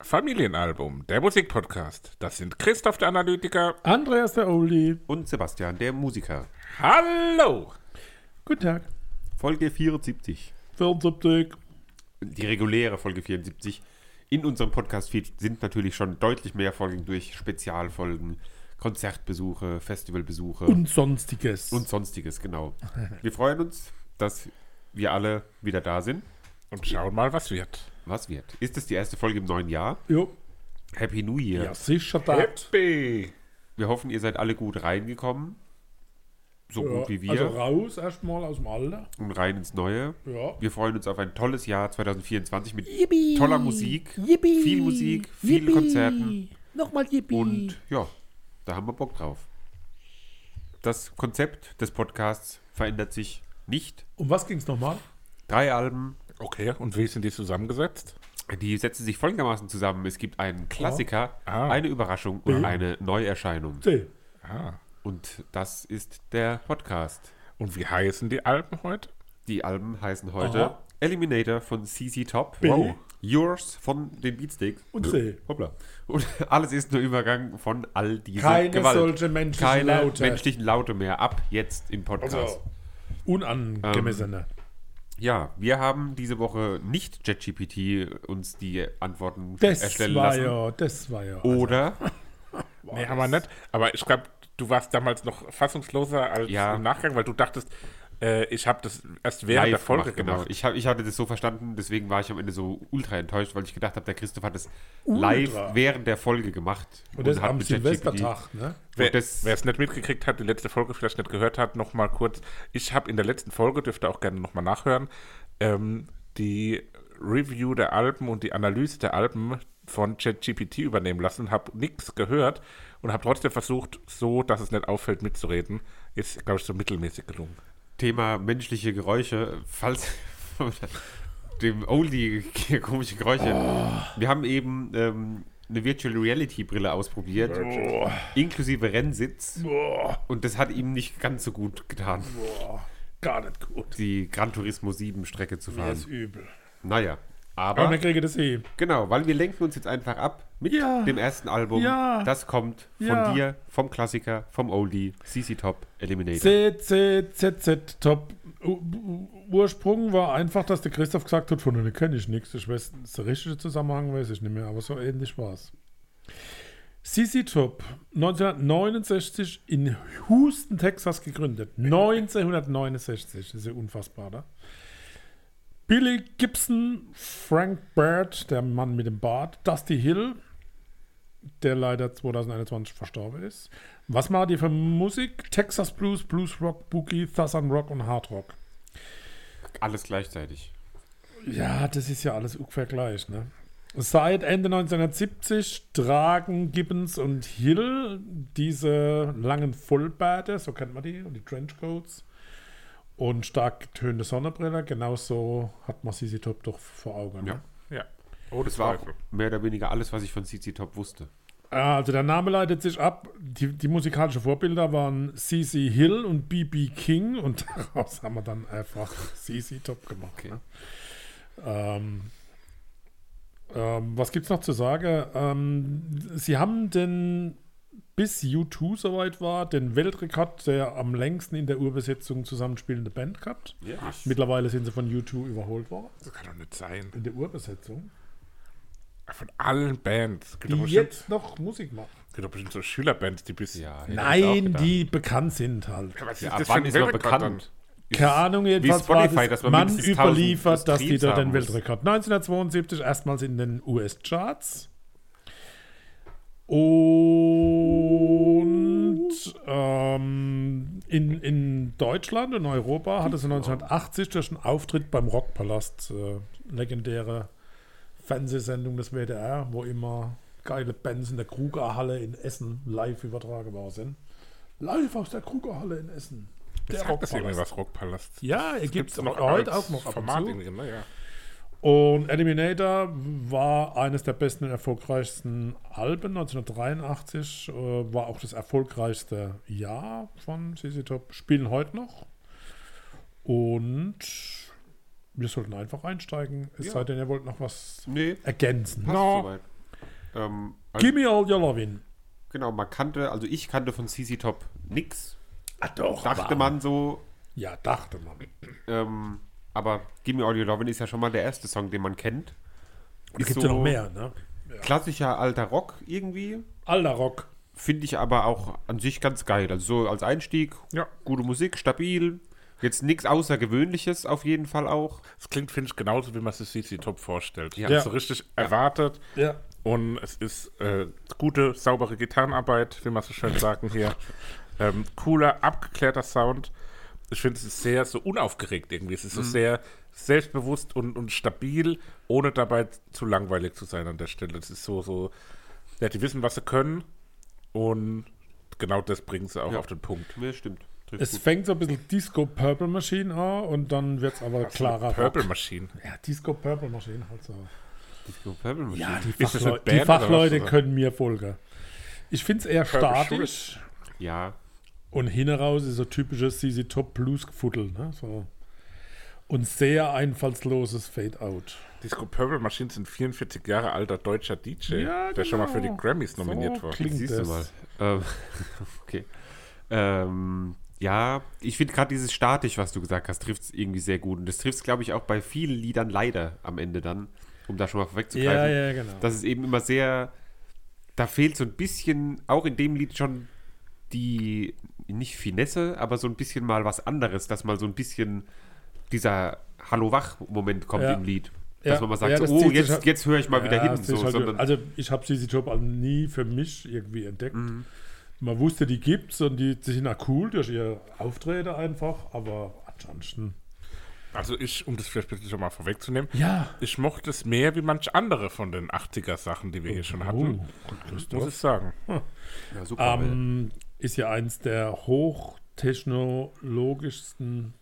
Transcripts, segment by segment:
Familienalbum, der Musikpodcast. Das sind Christoph der Analytiker. Andreas der Oldie. Und Sebastian, der Musiker. Hallo! Guten Tag. Folge 74. 74. Die reguläre Folge 74. In unserem Podcast-Feed sind natürlich schon deutlich mehr Folgen durch Spezialfolgen, Konzertbesuche, Festivalbesuche Und sonstiges. und sonstiges, genau. Wir freuen uns, dass wir alle wieder da sind. Und schauen mal, was wird. Was wird? Ist es die erste Folge im neuen Jahr? jo. Happy New Year. Ja, sicher da. Happy! Wir hoffen, ihr seid alle gut reingekommen. So Ja, gut wie wir. Also raus erstmal aus dem Alter. und rein ins Neue. Ja. Wir freuen uns auf ein tolles Jahr 2024 mit toller Musik, viel Musik, vielen Konzerten Nochmal Yippie. und ja, da haben wir Bock drauf. Das Konzept des Podcasts verändert sich nicht. um was ging's nochmal? Drei Alben, Okay, und wie sind die zusammengesetzt? die setzen sich folgendermaßen zusammen. Es gibt Oh. einen Klassiker, Ah. eine Überraschung Mhm. und eine Neuerscheinung. C. Ah. Und das ist der Podcast. Und wie heißen die Alben heute? Die Alben heißen heute Aha. Eliminator von CC Top, B. Yours von den Beatsticks Und C. Hoppla. Und alles ist nur Übergang von all diesen Keine Gewalt. solche menschlichen Keine Laute. menschlichen Laute mehr. Ab jetzt im Podcast. Also, unangemessene. Ähm, Ja, wir haben diese Woche nicht JetGPT uns die Antworten das war erstellen lassen. Oh, ja, das war ja. Oder nee, haben wir nicht. Aber ich glaube, du warst damals noch fassungsloser als Ja. im Nachgang, weil du dachtest, äh, ich habe das erst während der live Folge gemacht, gemacht. Genau. Ich, hab, ich hatte das so verstanden, deswegen war ich am Ende so ultra enttäuscht, weil ich gedacht habe, der Christoph hat das live während der Folge gemacht. und das hat am mit ChatGPT- Silvestertag, ne? Wer Und das- es nicht mitgekriegt hat, die letzte Folge vielleicht nicht gehört hat, nochmal kurz. Ich habe in der letzten Folge, dürft ihr auch gerne nochmal nachhören, ähm, die Review der Alben und die Analyse der Alben von ChatGPT übernehmen lassen, habe nichts gehört und habe trotzdem versucht, so, dass es nicht auffällt, mitzureden. Ist, glaube ich, so mittelmäßig gelungen. Thema menschliche Geräusche, falls dem Oldie komische Geräusche. Oh. Wir haben eben ähm, eine Virtual Reality Brille ausprobiert, inklusive Rennsitz, Boah, und das hat ihm nicht ganz so gut getan, boah, gar nicht gut. die Gran Turismo 7 Strecke zu Mir fahren. ist übel. Naja, Aber aber wir kriegen das eh. genau, weil wir lenken uns jetzt einfach ab mit Ja. dem ersten Album. Ja. Das kommt von Ja. dir, vom Klassiker, vom Oldie, CC Top Eliminator. C, C, Z, Z, top. U- U- Ursprung war einfach, dass der Christoph gesagt hat, von denen kenne ich nichts. Ich weiß, der richtige Zusammenhang weiß ich nicht mehr, aber so ähnlich war es. CC Top, 1969 in Houston, Texas gegründet. 1969, das ist ja unfassbar, ne? Billy Gibson, Frank Baird, der Mann mit dem Bart, Dusty Hill, der leider 2021 verstorben ist. Was macht ihr für Musik? Texas Blues, Blues Rock, Boogie, Southern Rock und Hard Rock. Alles gleichzeitig. Ja, das ist ja alles ungefähr gleich, ne? Seit Ende 1970 tragen Gibbons und Hill diese langen Vollbärte, so kennt man die, und die Trenchcoats und stark getönte Sonnenbrille. Genauso hat man Sisi Top doch vor Augen. Ne? Ja. Ja. Oh, Das war auch mehr oder weniger alles, was ich von CC Top wusste. Also der Name leitet sich ab. Die, die musikalischen Vorbilder waren CC Hill und BB King und daraus haben wir dann einfach CC Top gemacht. Okay. Ne? Ähm, ähm, was gibt's noch zu sagen? Ähm, sie haben den, bis U2 soweit war, den Weltrekord der am längsten in der Urbesetzung zusammenspielende Band gehabt. Ja. Mittlerweile sind sie von U2 überholt worden Das kann doch nicht sein. in der Urbesetzung. Von allen Bands. Gibt Die doch bestimmt, jetzt noch Musik machen. gibt doch bestimmt so Schülerbands, die bis. Ja, Nein, die bekannt sind halt. Was ist Ja, ab das für wann ein ist man Weltrekord dann? bekannt? Keine Ahnung, jedenfalls Spotify, war das, dass man man mindestens 1000 überliefert, dass die Streams da haben den muss. Weltrekord. 1972 erstmals in den US-Charts. Und ähm, in, in Deutschland und Europa hatte sie 1980 durch einen Auftritt beim Rockpalast, äh, legendäre Fernsehsendung des WDR, wo immer geile Bands in der Krugerhalle in Essen live übertragbar sind. Live aus der Krugerhalle in Essen. Der Sagt das irgendwie Rockpalast. was, Rockpalast? Ja, er gibt Gibt's es heute als auch noch ab und Format zu. irgendwie, ne? Ja. Und Eliminator war eines der besten und erfolgreichsten Alben 1983, äh, war auch das erfolgreichste Jahr von CC Top. Spielen heute noch. Und wir sollten einfach einsteigen, es Ja. sei denn, ihr wollt noch was Nee, ergänzen. passt No. soweit. Ähm, also, Gimme all your lovin'. genau, man kannte, also ich kannte von CC Top nix. Ah, doch. Dachte man so, Ja, dachte man. ähm, aber Gimme All Your Lovin' ist ja schon mal der erste Song, den man kennt. Es gibt ja noch mehr, ne? Klassischer alter Rock irgendwie. Alter Rock. Finde ich aber auch an sich ganz geil. Also so als Einstieg, Ja. gute Musik, stabil. Jetzt nichts Außergewöhnliches auf jeden Fall auch. Das klingt, finde ich, genauso, wie man es sich CC Top vorstellt. Ja. Ja. So richtig erwartet. Ja. Und es ist äh, gute, saubere Gitarrenarbeit, wie man so schön sagen hier. Ähm, cooler, abgeklärter Sound. Ich finde es ist sehr so unaufgeregt irgendwie. Es ist so sehr selbstbewusst und, und stabil, ohne dabei zu langweilig zu sein an der Stelle. Es ist so, so, ja, die wissen, was sie können und genau das bringen sie auch Ja. auf den Punkt. Ja, stimmt. Trifft Es gut. fängt so ein bisschen Disco Purple Machine an und dann wird es aber klarer. Purple Rock. Machine. Ja, Disco Purple Machine halt so. Disco Purple Machine. Ja, die, Ist das eine Fachleu Band die oder was, Fachleute oder? können mir folgen. Ich finde es eher Purple statisch ja. und hin raus ist so typisches CC Top Blues Gefuddel. Ne? So. Und sehr einfallsloses Fade-Out. Disco Purple Machine sind 44 Jahre alter deutscher DJ, Ja, der schon mal genau. für die Grammys nominiert So war. klingt- Siehst du das. mal. Ähm, okay. Ähm, ja, ich finde gerade dieses statisch, was du gesagt hast, trifft es irgendwie sehr gut. Und das trifft es, glaube ich, auch bei vielen Liedern leider am Ende dann, um da schon mal vorwegzugreifen. Ja, ja, genau. Das ist eben immer sehr. Da fehlt so ein bisschen, auch in dem Lied schon die, nicht Finesse, aber so ein bisschen mal was anderes, dass mal so ein bisschen dieser Hallo-Wach-Moment kommt Ja. im Lied. Ja. Dass man mal sagt, Ja, so, das oh, zieht sich jetzt, halt- jetzt höre ich mal wieder Ja, hin. das ist So, halt- sondern, also ich habe CC Top also nie für mich irgendwie entdeckt. Mhm. Man wusste, die gibt's und die sind auch cool durch ihr Auftreten einfach, aber ansonsten. Also ich, um das vielleicht ein bisschen schon mal vorwegzunehmen, Ja. ich mochte es mehr wie manch andere von den 80er-Sachen, die wir hier schon hatten. Oh, muss ich sagen. ja, super. Ähm, ist ja eins der hochtechnologischsten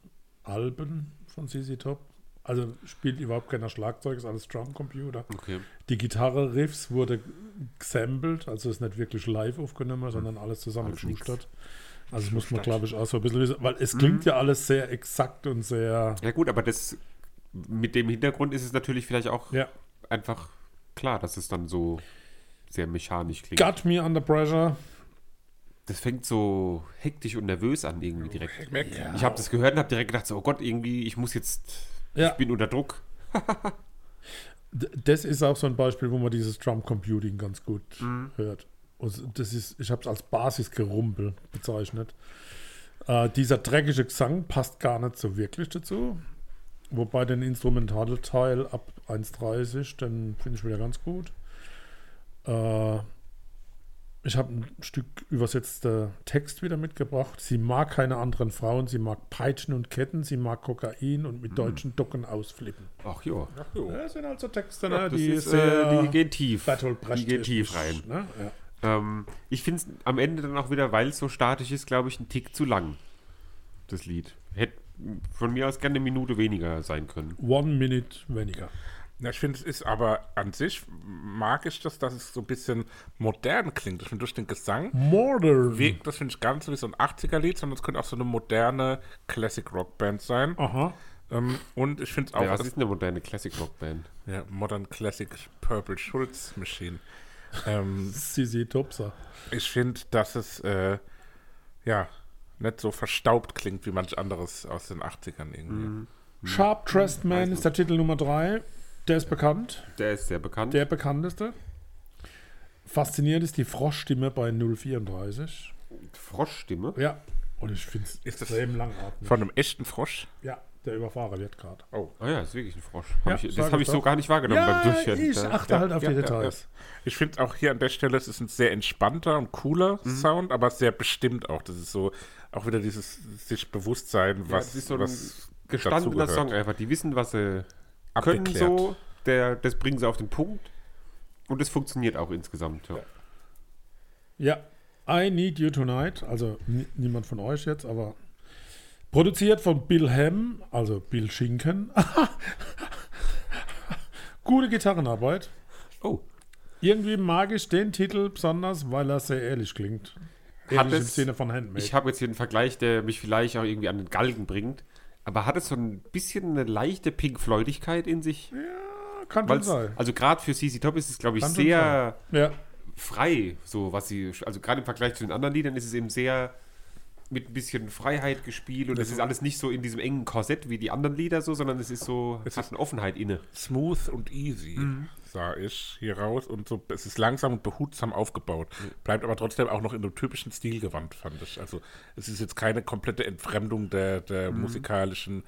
Alben von CC Top. Also spielt überhaupt keiner Schlagzeug, ist alles Drumcomputer. okay. Die Gitarre Riffs wurde gesampelt, also ist nicht wirklich live aufgenommen, sondern alles zusammengeschustert. Also das muss man, glaube ich, auch so ein bisschen wissen, weil es klingt ja alles sehr exakt und sehr. Ja gut, aber das mit dem Hintergrund ist es natürlich vielleicht auch Ja. einfach klar, dass es dann so sehr mechanisch klingt. Got me under pressure. Das fängt so hektisch und nervös an irgendwie direkt. Ja. Ich habe das gehört und habe direkt gedacht, so, oh Gott, irgendwie, ich muss jetzt, Ja. ich bin unter Druck. D- Das ist auch so ein Beispiel, wo man dieses Drum Computing ganz gut Mhm. hört. Und das ist, ich habe es als Basisgerumpel bezeichnet. Äh, dieser dreckige Gesang passt gar nicht so wirklich dazu. Wobei den Instrumentalteil ab 1,30, den finde ich wieder ganz gut. Äh, ich habe ein Stück übersetzter Text wieder mitgebracht. Sie mag keine anderen Frauen, sie mag Peitschen und Ketten, sie mag Kokain und Mhm. mit deutschen Docken ausflippen. Ach jo. Ja, das sind also Texte, ne, Ja, das die, ist, sehr äh, die gehen tief. Die battle-prächtig, gehen tief rein. Ne? Ja. Ähm, ich finde es am Ende dann auch wieder, weil es so statisch ist, glaube ich, ein Tick zu lang, das Lied. Hätte von mir aus gerne eine Minute weniger sein können. One Minute weniger. Na, ich finde, es ist aber an sich mag ich das, dass es so ein bisschen modern klingt. Ich finde, durch den Hm. Gesang Modern. wirkt das, finde ich, gar nicht so wie so ein 80er-Lied, sondern es könnte auch so eine moderne Classic-Rock-Band sein. Aha. Ähm, und ich finde es auch, Ja, was dass- ist denn eine moderne Classic Rock Band? ja, Modern Classic Purple Schulz Machine. ähm, CC Topsa. ich finde, dass es äh, ja nicht so verstaubt klingt wie manch anderes aus den 80ern irgendwie. Mhm. Hm. Sharp Dressed Man ist der Titel Nummer 3. Der ist bekannt. Der ist sehr bekannt. Der bekannteste. Faszinierend ist die Froschstimme bei 034. Froschstimme. Ja. Und ich finde es Ist das- extrem langatmig. Von einem echten Frosch. Ja, der Überfahrer wird gerade. Ah ja, ist wirklich ein Frosch. Ja, Hab ich, sag das habe ich ich so doch. gar nicht wahrgenommen beim Durchhören. ich Da- achte halt auf die Details. Ich finde auch hier an der Stelle, es ist ein sehr entspannter und cooler Mhm. Sound, aber sehr bestimmt auch. Das ist so auch wieder dieses sich Bewusstsein, Ja, was, das ist so ein was gestandener dazugehört. Song einfach. Die wissen, was sie Abgeklärt. können so. Der, das bringen sie auf den Punkt. Und das funktioniert auch insgesamt. Ja. Ja, I Need You Tonight, also ni- niemand von euch jetzt, aber produziert von Bill Ham, also Bill Schinken. Gute Gitarrenarbeit. Oh, Irgendwie mag ich den Titel besonders, weil er sehr ehrlich klingt. Hat Ehrlich im es- Sinne von Handmade. ich habe jetzt hier einen Vergleich, der mich vielleicht auch irgendwie an den Galgen bringt. Aber hat es so ein bisschen eine leichte Pink Floydigkeit in sich? Ja, Kann schon Weil's- sein. Also gerade für CC Top ist es, glaube ich, Kann schon sehr Ja. frei, so was sie. Also gerade im Vergleich zu den anderen Liedern ist es eben sehr mit ein bisschen Freiheit gespielt und es ist alles nicht so in diesem engen Korsett wie die anderen Lieder so, sondern es ist so, es hat eine Offenheit inne. Smooth und easy sah ich hier raus und so, es ist langsam und behutsam aufgebaut. Bleibt aber trotzdem auch noch in einem typischen Stil gewandt, fand ich. Also es ist jetzt keine komplette Entfremdung der, der musikalischen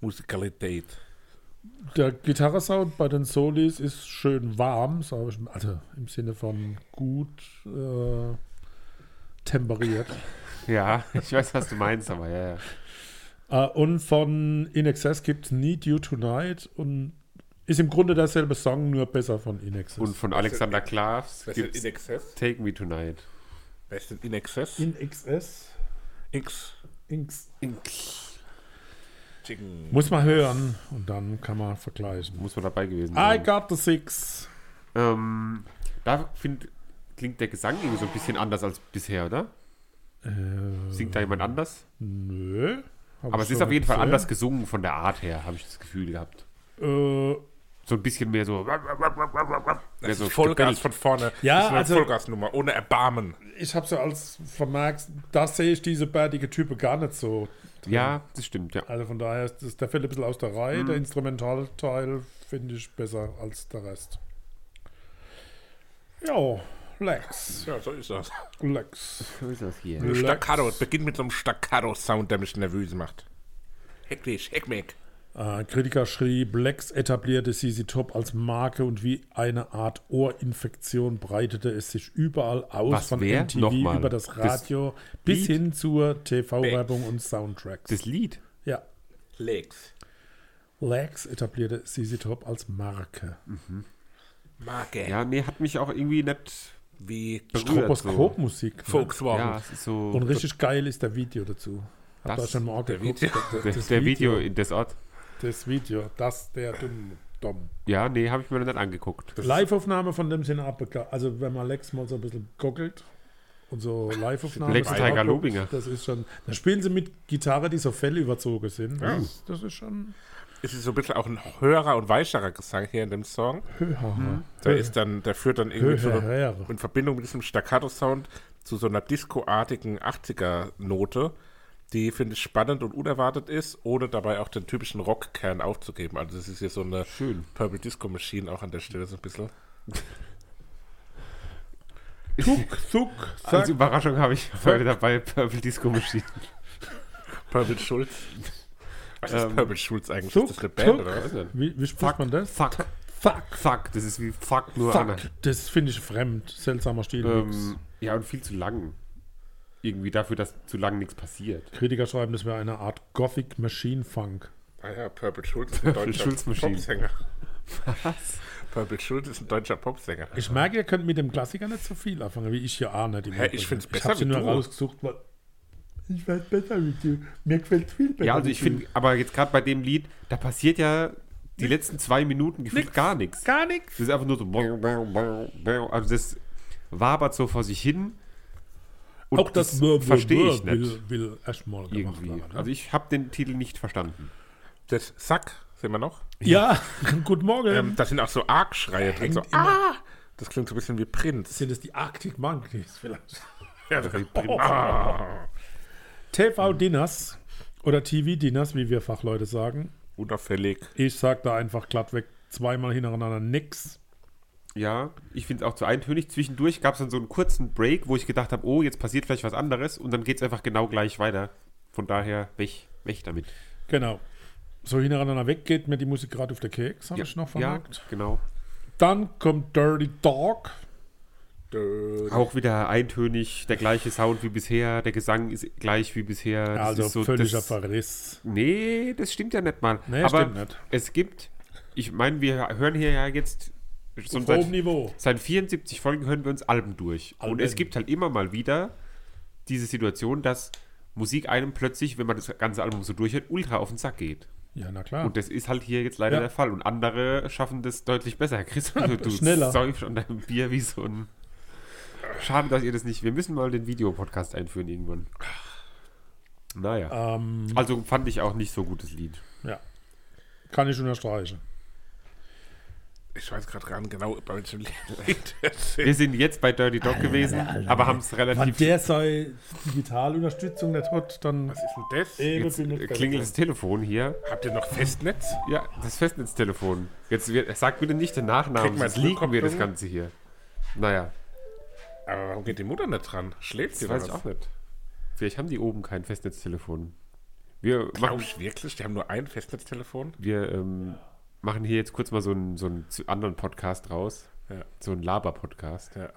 Musikalität. Der Gitarresound bei den Solis ist schön warm, sag ich mal. Also im Sinne von gut äh, temperiert. Ja, ich weiß, was du meinst, aber ja, ja. äh, und von In Excess gibt es Need You Tonight und ist im Grunde derselbe Song, nur besser von In Excess. Und von Alexander Klavs gibt's Excess? Take Me Tonight. Wer ist denn In Excess? In Excess? X. Inks. Chicken. Muss man hören und dann kann man vergleichen. Muss man dabei gewesen I sein. got the six. Ähm, da find, klingt der Gesang irgendwie so ein bisschen anders als bisher, oder? Äh, Singt da jemand anders? nö. Hab Aber ich es ist schon auf jeden Fall gesehen. anders gesungen von der Art her, habe ich das Gefühl gehabt. Äh, So ein bisschen mehr so. Mehr Das so ist Also Vollgas gebellt. von vorne. Ja, das ist eine also- Vollgasnummer, ohne Erbarmen. Äh, ich habe so als vermerkt, da sehe ich diese bärtige Type gar nicht so. Ja, das stimmt, ja. Also von daher ist das, der fällt ein bisschen aus der Reihe. Mhm. Der Instrumentalteil finde ich besser als der Rest. Jo, Lex. Ja, so ist das. Lex. So ist das hier. Relax. Staccato. Es beginnt mit so einem Staccato-Sound, der mich nervös macht. Heck dich, heck mich. Äh, Kritiker schrieb, Lex etablierte CC Top als Marke und wie eine Art Ohrinfektion breitete es sich überall aus, Was, von wer? MTV Nochmal. über das Das Radio bis Lied? hin zur TV-Werbung und Soundtracks. Das Lied. ja. Legs. Lex etablierte CC Top als Marke. Marke. Ja, nee, hat mich auch irgendwie nicht Wie berührt. So. Stroboskopmusik. ne? Volkswagen. Ja, es ist so. Und richtig geil ist der Video dazu. Habt ihr Das- euch schon mal auch der geguckt? Video. Das, der, das der Video in des Ort. Das Video. Das der dumm. Dom. Ja, nee, habe ich mir noch nicht angeguckt. Live-Aufnahme von dem sind abbekannt. Also wenn man Lex mal so ein bisschen googelt und so Live-Aufnahmen. Lex sich Tiger anguckt, Lobinger. Das ist schon. Da spielen sie mit Gitarre, die so Fell überzogen sind. Ja. Das, ist- das ist schon. Es ist so ein bisschen auch ein höherer und weicherer Gesang hier in dem Song. Höher. Da ist dann, der führt dann irgendwie zu einer, Höher. in Verbindung mit diesem Staccato-Sound zu so einer discoartigen 80er-Note, die, finde ich, spannend und unerwartet ist, ohne dabei auch den typischen Rockkern aufzugeben. Also es ist hier so eine Schön. Purple Disco Machine auch an der Stelle so ein bisschen. Tuck, zuck, zack. Als Also Überraschung habe ich heute dabei Purple Disco Machine. Purple Schulz. Was ist Ähm, Purple Schulz eigentlich? Zuck, ist das eine Band Zuck. oder was? wie, wie spricht man das? Fuck. Fuck. Fuck. Das ist wie Fuck nur an- Fuck. Das finde ich fremd. Seltsamer Stil. nix. Ähm, ja, und viel zu lang. Irgendwie dafür, dass zu lang nichts passiert. Kritiker schreiben, das wäre eine Art Gothic Machine Funk. Ah ja, Purple Schulz ist ein Purple deutscher Schulz Machine. Popsänger. Was? Purple Schulz ist ein deutscher Popsänger. Ich merke, ihr könnt mit dem Klassiker nicht so viel anfangen, wie ich hier auch nicht. im Hä, ich Übrigen. find's Ich habe besser sie wie nur du. rausgesucht, weil ich weiß besser mit dir. Mir gefällt viel besser. Ja, also wie ich dir. finde, aber jetzt gerade bei dem Lied, da passiert ja die letzten zwei Minuten gefühlt gar nichts. gar nichts. Das ist einfach nur so. bau, bau, bau, bau. Also das wabert so vor sich hin. Und Auch das, verstehe ich nicht. Will, will erstmal gemacht Irgendwie. werden. ne? Also ich habe den Titel nicht verstanden. Das Sack, sehen wir noch. ja, guten Morgen. Ähm, da sind auch so Arg-Schreie drin. So, Hängt ah! Das klingt so ein bisschen wie Prinz. Sind es die Arctic Monkeys vielleicht? Ja, das ist Prinz. Ah! TV-Dinners oder TV-Dinners, wie wir Fachleute sagen. Unauffällig. Ich sag da einfach glattweg zweimal hintereinander nix. Ja, ich finde es auch zu eintönig. Zwischendurch gab es dann so einen kurzen Break, wo ich gedacht habe, oh, jetzt passiert vielleicht was anderes und dann geht es einfach genau gleich weiter. Von daher, weg, weg damit. Genau. So hintereinander weg geht mir die Musik gerade auf der Keks, habe ich noch vermerkt. Ja, genau. Dann kommt Dirty Dog. Auch wieder eintönig, der gleiche Sound wie bisher, der Gesang ist gleich wie bisher. Das Also ist so völliger das, Verriss. Nee, das stimmt ja nicht mal. Nee, Aber stimmt nicht. es gibt, ich meine, wir hören hier ja jetzt schon Auf seit hohem Niveau. Seit 74 Folgen hören wir uns Alben durch. Und Alben. es gibt halt immer mal wieder diese Situation, dass Musik einem plötzlich, wenn man das ganze Album so durchhört, ultra auf den Sack geht. Ja, na klar. Und das ist halt hier jetzt leider Ja. der Fall. Und andere schaffen das deutlich besser. Chris, Also du, du Schneller. säufst an deinem Bier wie so ein. Schade, dass ihr das nicht. Wir müssen mal den Videopodcast einführen irgendwann. Naja. Ähm, Also fand ich auch nicht so gutes Lied. ja. Kann ich unterstreichen. Ich weiß gerade gar nicht genau, bei welchem Lied. Wir sind jetzt bei Dirty Dog gewesen, aber haben es Wenn relativ. der sei Digitalunterstützung nicht hat, dann Was ist denn das? Eben Jetzt bin ich ganz klingelt das Telefon hier. Habt ihr noch Festnetz? Ja, das Festnetztelefon. Jetzt wird, sag bitte nicht den Kriegt Nachnamen, man sonst liegen wir Zurückkopplung? das Ganze hier. Naja, Aber warum geht die Mutter nicht dran? Schläft sie das oder weiß ich was? auch nicht. Vielleicht haben die oben kein Festnetztelefon. Wir Glaub machen, ich wirklich? Die haben nur ein Festnetztelefon? wir, ähm, machen hier jetzt kurz mal so einen, so einen zu- anderen Podcast raus. Ja. So einen Laber-Podcast. Ja.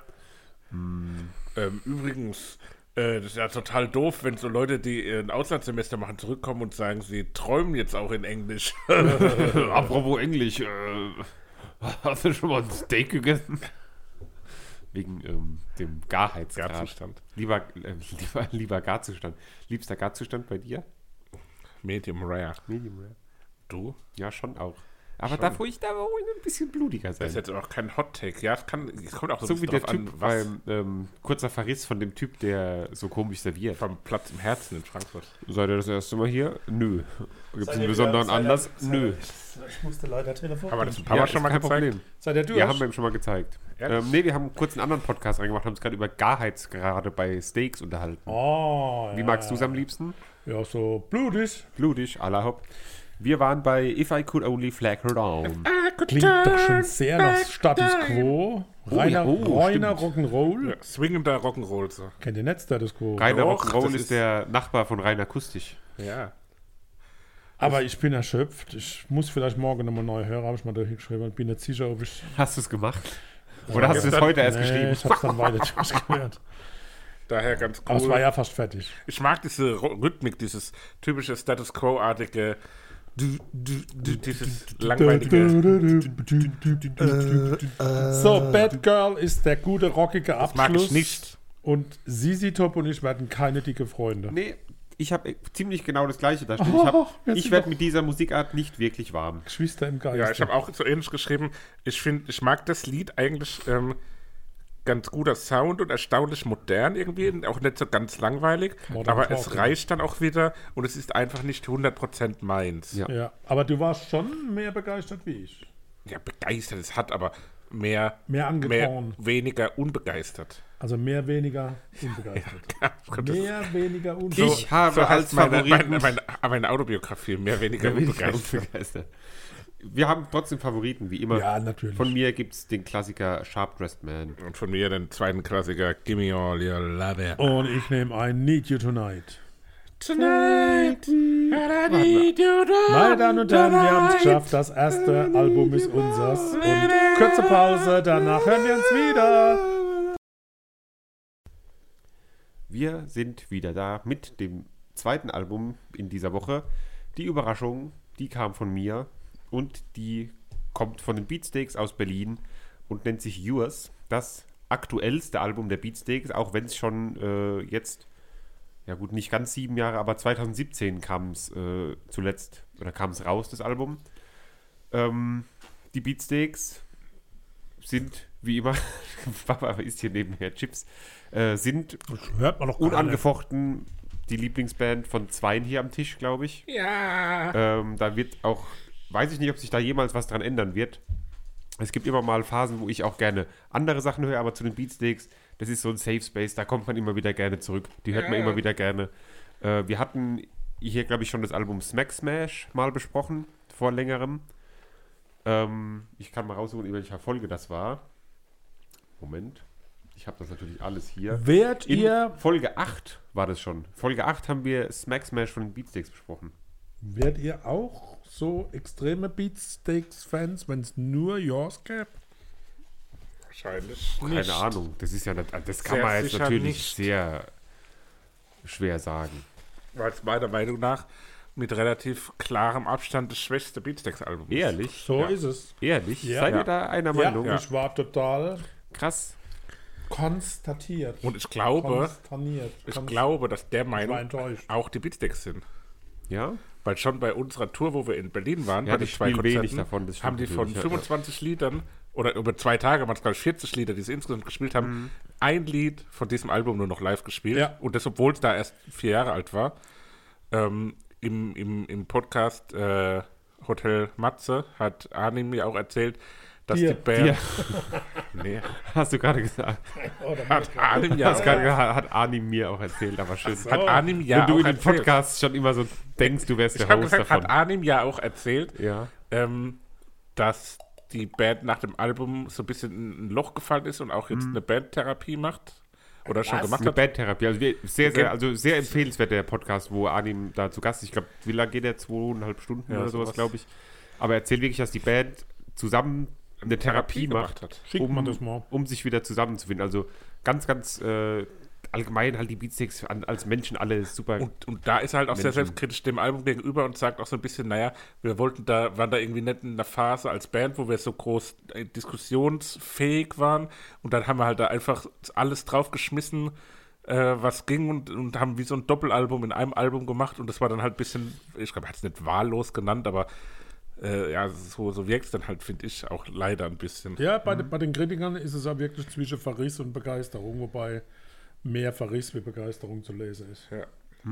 Hm. Ähm, übrigens, äh, das ist ja total doof, wenn so Leute, die ein Auslandssemester machen, zurückkommen und sagen, sie träumen jetzt auch in Englisch. Apropos Englisch, äh, hast du schon mal ein Steak gegessen? Wegen ähm, dem Garheitsgrad. Garzustand. Lieber, äh, lieber, lieber Garzustand. Liebster Garzustand bei dir? Medium rare. Medium rare. Du? Ja, schon auch. Aber da wo ich da wo ich ein bisschen blutiger Das ist sein. jetzt auch kein Hot Take. Ja, es kann, es kommt auch so, ein So wie bisschen der drauf Typ an, was beim ähm, kurzer Verriss von dem Typ, der so komisch serviert. vom Platz im Herzen in Frankfurt. Seid ihr das erste Mal hier? Nö. Gibt es Seid ihr einen besonderen wieder- seid ihr- Anlass? seid ihr- Nö. Ich musste leider Telefon. Haben wir das ein paar Ja, Mal schon ist mal kein gezeigt? Problem. Seid ihr durch? Ja, haben wir ihm schon mal gezeigt. Ehrlich? Ähm, nee, wir haben kurz einen anderen Podcast reingemacht, haben uns gerade über Garheitsgrade bei Steaks unterhalten. oh, Wie magst du es am liebsten? Ja, so blutig. Blutig, aller hopp. Wir waren bei If I Could Only Flag Her Down. Ah, Klingt doch schon sehr nach Status Quo. Reiner, ja, oh, reiner Rock'n'Roll. Swingender Rock'n'Roll. So. Kennt ihr nicht Status Quo? Rainer doch, Rock'n'Roll das ist ist- der Nachbar von Rainer Akustisch. Ja. Aber ich bin erschöpft. Ich muss vielleicht morgen nochmal neue Hörer, habe ich mal durchgeschrieben. Ich bin nicht sicher, ob ich. Hast du es gemacht? Oder hast du es gestern- heute erst Nee, geschrieben? Ich habe es dann weiter durchgehört. Daher ganz cool. Aber es war ja fast fertig. Ich mag diese Ro- Rhythmik, dieses typische Status Quo-artige, du- du- du- dieses langweilige. So, Bad Girl ist der gute rockige Abschluss. mag ich nicht. Und Sisi Top und ich werden keine dicke Freunde. Nee, ich habe ziemlich genau das Gleiche da stehen. Ich, Oh, hab- jetzt ich sind werde doch- mit dieser Musikart nicht wirklich warm. Geschwister im Geist. Ja, ich habe auch so ähnlich geschrieben. Ich finde, ich mag das Lied eigentlich ähm, ganz guter Sound und erstaunlich modern irgendwie, und auch nicht so ganz langweilig. Modern aber Talk, es ja. reicht dann auch wieder und es ist einfach nicht 100% meins. Ja. Ja, aber du warst schon mehr begeistert wie ich. ja begeistert, es hat aber mehr, Mehr angetan. weniger unbegeistert. Also mehr, weniger unbegeistert. Mehr, weniger unbegeistert. Ich habe als heißt meine, Favoriten- meine, meine, meine Autobiografie mehr weniger Wer weniger unbegeistert. unbegeistert. Wir haben trotzdem Favoriten, wie immer. Ja, natürlich. Von mir gibt es den Klassiker Sharp Dressed Man. Und von mir den zweiten Klassiker Gimme All Your Love. Und ich nehme ein Need You Tonight. Tonight, I need you Meine Damen und Herren, wir haben es geschafft. Das erste Album ist unseres. Und kurze Pause, danach hören wir uns wieder. Wir sind wieder da mit dem zweiten Album in dieser Woche. Die Überraschung, die kam von mir und die kommt von den Beatsteaks aus Berlin und nennt sich Yours. Das aktuellste Album der Beatsteaks, auch wenn es schon äh, jetzt, ja gut, nicht ganz sieben Jahre, aber 2017 kam es äh, zuletzt oder kam es raus, das Album. Ähm, die Beatsteaks sind wie immer, Papa isst hier nebenher Chips, äh, sind Hört man noch unangefochten die Lieblingsband von zweien hier am Tisch, glaube ich. Ja. Ähm, da wird auch, weiß ich nicht, ob sich da jemals was dran ändern wird. Es gibt immer mal Phasen, wo ich auch gerne andere Sachen höre, aber zu den Beatsteaks, das ist so ein Safe Space, da kommt man immer wieder gerne zurück. Die hört Ja. man immer wieder gerne. Äh, wir hatten hier, glaube ich, schon das Album Smack Smash mal besprochen, vor längerem. Ähm, ich kann mal raussuchen, in welcher Folge das war. Moment. Ich habe das natürlich alles hier. Wärt In ihr, Folge 8 war das schon. Folge 8 haben wir Smack Smash von den Beatsteaks besprochen. wärt ihr auch so extreme Beatsteaks-Fans, wenn es nur yours gäbe? Wahrscheinlich Keine nicht. Ahnung, das ist ja nat- das kann Sehr man jetzt sicher natürlich nicht. sehr schwer sagen. Weil es meiner Meinung nach mit relativ klarem Abstand das schwächste Beatsteaks-Album ist. Ehrlich? So Ja. ist es. Ehrlich? Ja. Seid Ja. ihr da einer Ja, Meinung? ich war total Krass. konstatiert. Und ich glaube, Konsterniert. ich Konst- glaube, dass der war Meinung enttäuscht. auch die Beatsteaks sind. Ja? Weil schon bei unserer Tour, wo wir in Berlin waren, Ja, bei den die zwei spielen wenig Konzerten, davon, das stimmt haben die von natürlich, ja, 25 Liedern oder über zwei Tage waren es, glaube ich, 40 Lieder, die sie insgesamt gespielt haben, Mhm. ein Lied von diesem Album nur noch live gespielt. Ja. Und das, obwohl es da erst vier Jahre alt war. Ähm, im, im, Im Podcast äh, Hotel Matze hat Arnim mir auch erzählt, dass Dir. die Bären. Dir. Nee, Hast du gerade gesagt. Oder Mörder. hat Arnim ja Das auch, kann, hat Arni mir auch erzählt, aber schön. hat Arnim ja Wenn du auch in den erzählt. Podcasts schon immer so denkst, du wärst ich der habe Host gesagt, davon. hat Arnim ja auch erzählt, ja. ähm, dass die Band nach dem Album so ein bisschen in ein Loch gefallen ist und auch jetzt eine Bandtherapie macht oder schon Das ist gemacht eine hat. Bandtherapie. Also wir, sehr, Ja. sehr, also sehr empfehlenswert der Podcast, wo Arnim da zu Gast ist. Ich glaube, wie lange geht der? Zweieinhalb Stunden Ja, oder sowas, sowas. glaube ich. Aber er erzählt wirklich, dass die Band zusammen eine Therapie, macht, hat. Schickt man das mal. um sich wieder zusammenzufinden. Also ganz, ganz äh, allgemein halt die Beatsteaks an, als Menschen alle super. Und, und da ist er halt auch sehr Menschen. selbstkritisch dem Album gegenüber und sagt auch so ein bisschen, naja, wir wollten da, waren da irgendwie nicht in einer Phase als Band, wo wir so groß äh, diskussionsfähig waren und dann haben wir halt da einfach alles draufgeschmissen, äh, was ging und, und haben wie so ein Doppelalbum in einem Album gemacht und das war dann halt ein bisschen, ich glaube, er hat es nicht wahllos genannt, aber äh, ja, so, so wirkt es dann halt, finde ich, auch leider ein bisschen. Ja, bei, den- bei den Kritikern ist es ja wirklich zwischen Verriss und Begeisterung, wobei mehr Verriss wie Begeisterung zu lesen ist. Ja. Und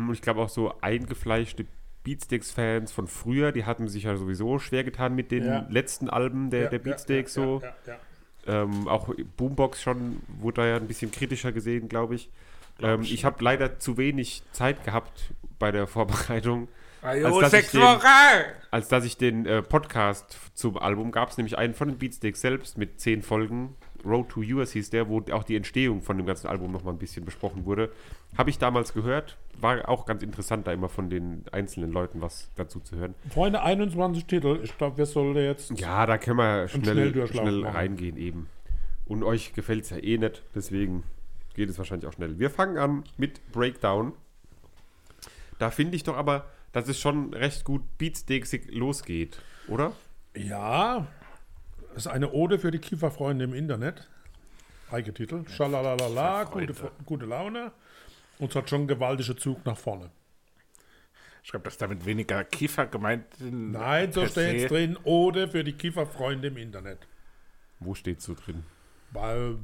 Hm, ich glaube auch so eingefleischte Beatsteaks-Fans von früher, die hatten sich ja sowieso schwer getan mit den Ja. letzten Alben der, Ja, der ja, Beatsteaks ja, so. Ja, ja, ja. Ähm, auch Boombox schon wurde da ja ein bisschen kritischer gesehen, glaube ich. Ähm, ich habe leider zu wenig Zeit gehabt bei der Vorbereitung, Als dass ich sechs den- Wochen! als dass ich den äh, Podcast zum Album gab es nämlich einen von den Beatsteaks selbst mit zehn Folgen. Road to US hieß der, wo auch die Entstehung von dem ganzen Album nochmal ein bisschen besprochen wurde. Habe ich damals gehört. War auch ganz interessant, da immer von den einzelnen Leuten was dazu zu hören. Freunde, 21 Titel. Ich glaube, wir sollten jetzt. Ja, da können wir schnell, schnell, Schnelldurchlauf machen. reingehen eben. Und euch gefällt es ja eh nicht, deswegen geht es wahrscheinlich auch schnell. Wir fangen an mit Breakdown. Da finde ich doch aber, dass es schon recht gut beatsteaksig losgeht, oder? Ja, ist eine Ode für die Kieferfreunde im Internet. Eigen Titel. Schalalala, gute, gute Laune. Und es hat schon einen gewaltigen Zug nach vorne. Ich glaube, dass damit weniger Kiefer gemeint sind. Nein, so per steht se. jetzt drin. Ode für die Kieferfreunde im Internet. Wo steht so drin? Weil,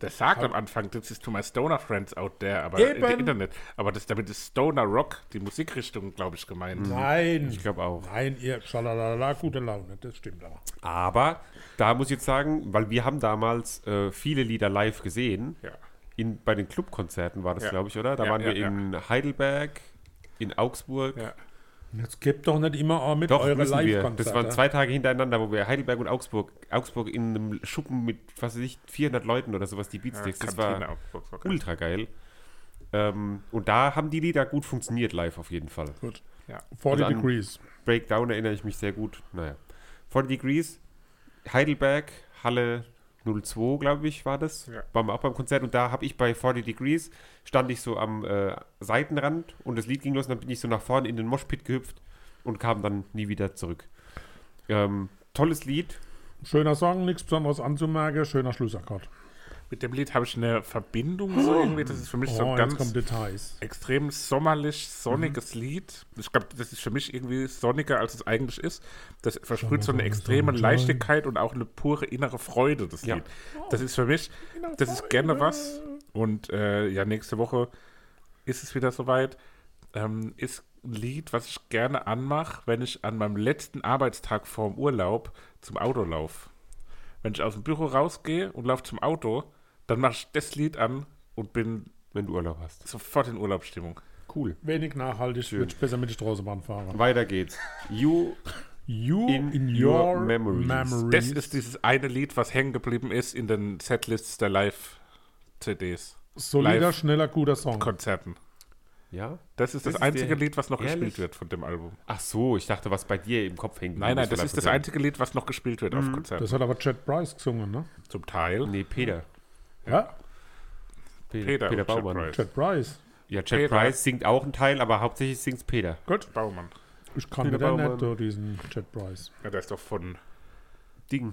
Der sagt am Anfang, das ist to my Stoner Friends out there, aber Eben. im Internet. Aber das, damit ist Stoner Rock die Musikrichtung, glaube ich, gemeint. nein, Ich glaube auch. nein, ihr Schalalala, gute Laune. Das stimmt aber. Aber da muss ich jetzt sagen, weil wir haben damals äh, viele Lieder live gesehen. Ja. In, bei den Clubkonzerten war das, Ja. glaube ich, oder? Da Ja, waren ja, wir ja. in Heidelberg, in Augsburg, Ja. Jetzt gebt doch nicht immer auch mit Doch, eure müssen wir. Live-Konzerte. Das waren zwei Tage hintereinander, wo wir Heidelberg und Augsburg, Augsburg in einem Schuppen mit, was weiß ich, 400 Leuten oder sowas, die Beatsticks. das Kantine war Augsburg, so geil. ultra geil. Ähm, und da haben die Lieder gut funktioniert live auf jeden Fall. Gut. Ja. 40 Also an- Degrees. Breakdown erinnere ich mich sehr gut. Naja. 40 Degrees, Heidelberg, Halle 02, glaube ich, war das. Ja. Waren wir auch beim Konzert und da habe ich bei 40 Degrees stand ich so am äh, Seitenrand und das Lied ging los und dann bin ich so nach vorne in den Moshpit gehüpft und kam dann nie wieder zurück. Ähm, tolles Lied. Schöner Song, nichts Besonderes anzumerken. Schöner Schlussakkord. Mit dem Lied habe ich eine Verbindung so irgendwie. Das ist für mich so Oh, ein jetzt ganz kommen Details. extrem sommerlich sonniges Lied. Ich glaube, das ist für mich irgendwie sonniger, als es eigentlich ist. Das versprüht so eine extreme Leichtigkeit und auch eine pure innere Freude, das Ja. Lied. Das ist für mich, das ist gerne was. Und äh, ja, nächste Woche ist es wieder soweit. Ähm, ist ein Lied, was ich gerne anmache, wenn ich an meinem letzten Arbeitstag vorm Urlaub zum Auto laufe. Wenn ich aus dem Büro rausgehe und laufe zum Auto, dann mache ich das Lied an und bin Wenn du Urlaub hast. sofort in Urlaubsstimmung. Cool. Wenig nachhaltig, würde ich besser mit der Straßenbahn fahren. Weiter geht's. You You In in, your your, memories. memories. Das ist dieses eine Lied, was hängen geblieben ist in den Setlists der Live-CDs, solider, live. schneller, guter Song. Konzerten. Ja? Das ist das, Das ist einzige der- Lied, was noch Ehrlich? gespielt wird von dem Album. Ach so, ich dachte, was bei dir im Kopf hängt. Nein, nein, das ist Mhm. das einzige. einzige Lied, was noch gespielt wird auf Konzerten. Das hat aber Chad Price gesungen, ne? Zum Teil. Nee, Peter. Ja, Peter, Peter Peter, und Chad Baumann. Price. Chad Price. Ja, Chad Peter. Price singt auch einen Teil, aber hauptsächlich singt Peter. Gut. Baumann. Ich kannte Peter den Baumann. nicht, so diesen Chad Price. Ja, der ist doch von Ding.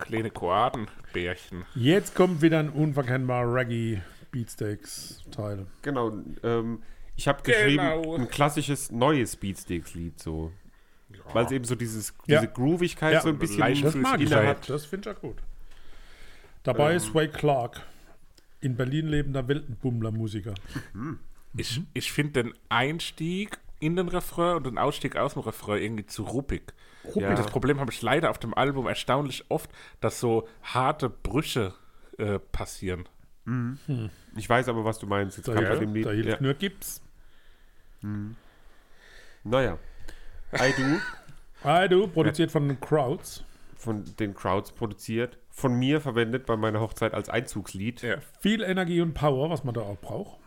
Kleine Koadenbärchen. Jetzt kommt wieder ein unverkennbarer Reggae Beatsteaks-Teil. Genau. Ähm, ich habe geschrieben, Genau. ein klassisches neues Beatsteaks-Lied so. Weil es eben so dieses, Ja. diese Groovigkeit Ja. so ein bisschen Leicht- Das mag ich. Innerhalb- Das finde ich ja gut. Dabei ist Ray Clark, in Berlin lebender Weltenbummler-Musiker. Mhm. Ich, ich finde den Einstieg in den Refrain und den Ausstieg aus dem Refrain irgendwie zu ruppig. Ja. Das Problem habe ich leider auf dem Album erstaunlich oft, dass so harte Brüche äh, passieren. Ich weiß aber, was du meinst. Jetzt Da, kam bei hilft- dem Lied. da hilft Ja. nur Gips. Naja. I Do I do, Ah, produziert von Crowds. von den Crowds produziert, von mir verwendet bei meiner Hochzeit als Einzugslied. Ja. Viel Energie und Power, was man da auch braucht.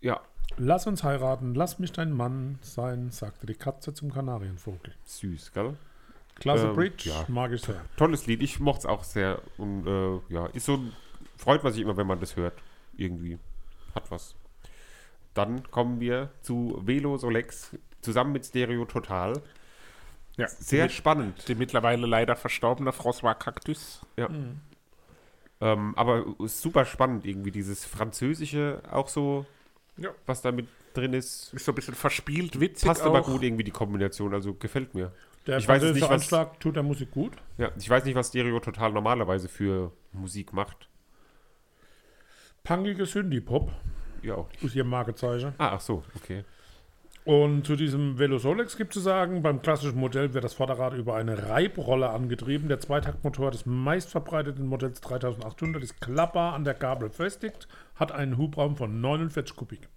Ja, Lass uns heiraten, lass mich dein Mann sein, sagte die Katze zum Kanarienvogel. süß, gell? Klasse Ähm, Bridge, ja. mag ich sehr. Tolles Lied, ich mochte es auch sehr. Und äh, ja, ist so, ein- freut man sich immer, wenn man das hört. Irgendwie hat was. Dann kommen wir zu Velo Solex zusammen mit Stereo Total. Ja. Sehr spannend. Die mittlerweile leider verstorbene François Cactus. Mhm. Ähm, aber super spannend irgendwie, dieses Französische auch so, Ja. was da mit drin ist. Ist so ein bisschen verspielt, witzig Passt auch. aber gut irgendwie die Kombination, also gefällt mir. Der Ich weiß jetzt nicht, französische was- Anschlag tut der Musik gut. Ja, ich weiß nicht, was Stereo Total normalerweise für Musik macht. Punkiges Synthie-Pop Ja, auch nicht. ist ihr Markezeichen. Ah, ach so, okay. Und zu diesem Velosolex gibt es zu sagen, beim klassischen Modell wird das Vorderrad über eine Reibrolle angetrieben. Der Zweitaktmotor des meistverbreiteten Modells 3800 ist klappbar an der Gabel befestigt, hat einen Hubraum von 49 Kubik.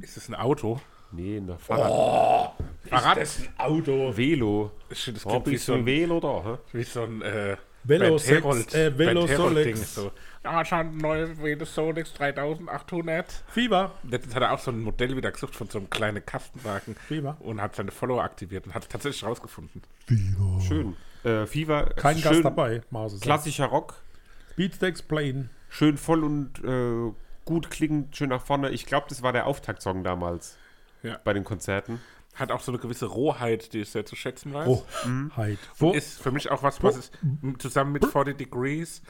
Ist es ein Auto? Nee, na, Fahrrad. Verrat Auto. Velo. Ich finde, das Oh, klingt wie bist so du ein ein, Velo da, hä? wie so ein äh, Velosex, Bernd Herold- äh, Bernd Herold-Ding Velosolex. So. Ah, schau, neue Velosolex 3800. Fieber. Letztens hat er auch so ein Modell wieder gesucht von so einem kleinen Kastenwagen Fieber. und hat seine Follower aktiviert und hat es tatsächlich rausgefunden. Schön. Äh, Fever. Oh. Kein schön, Gast dabei, Maus. Klassischer Rock. Beatsteaks Plain. Schön voll und äh, gut klingend, schön nach vorne. Ich glaube, das war der Auftaktsong damals. Ja. Bei den Konzerten. Hat auch so eine gewisse Rohheit, die ich sehr zu schätzen weiß. Oh, Heid. Wo, Ist für mich auch was, was ist zusammen mit 40 Degrees.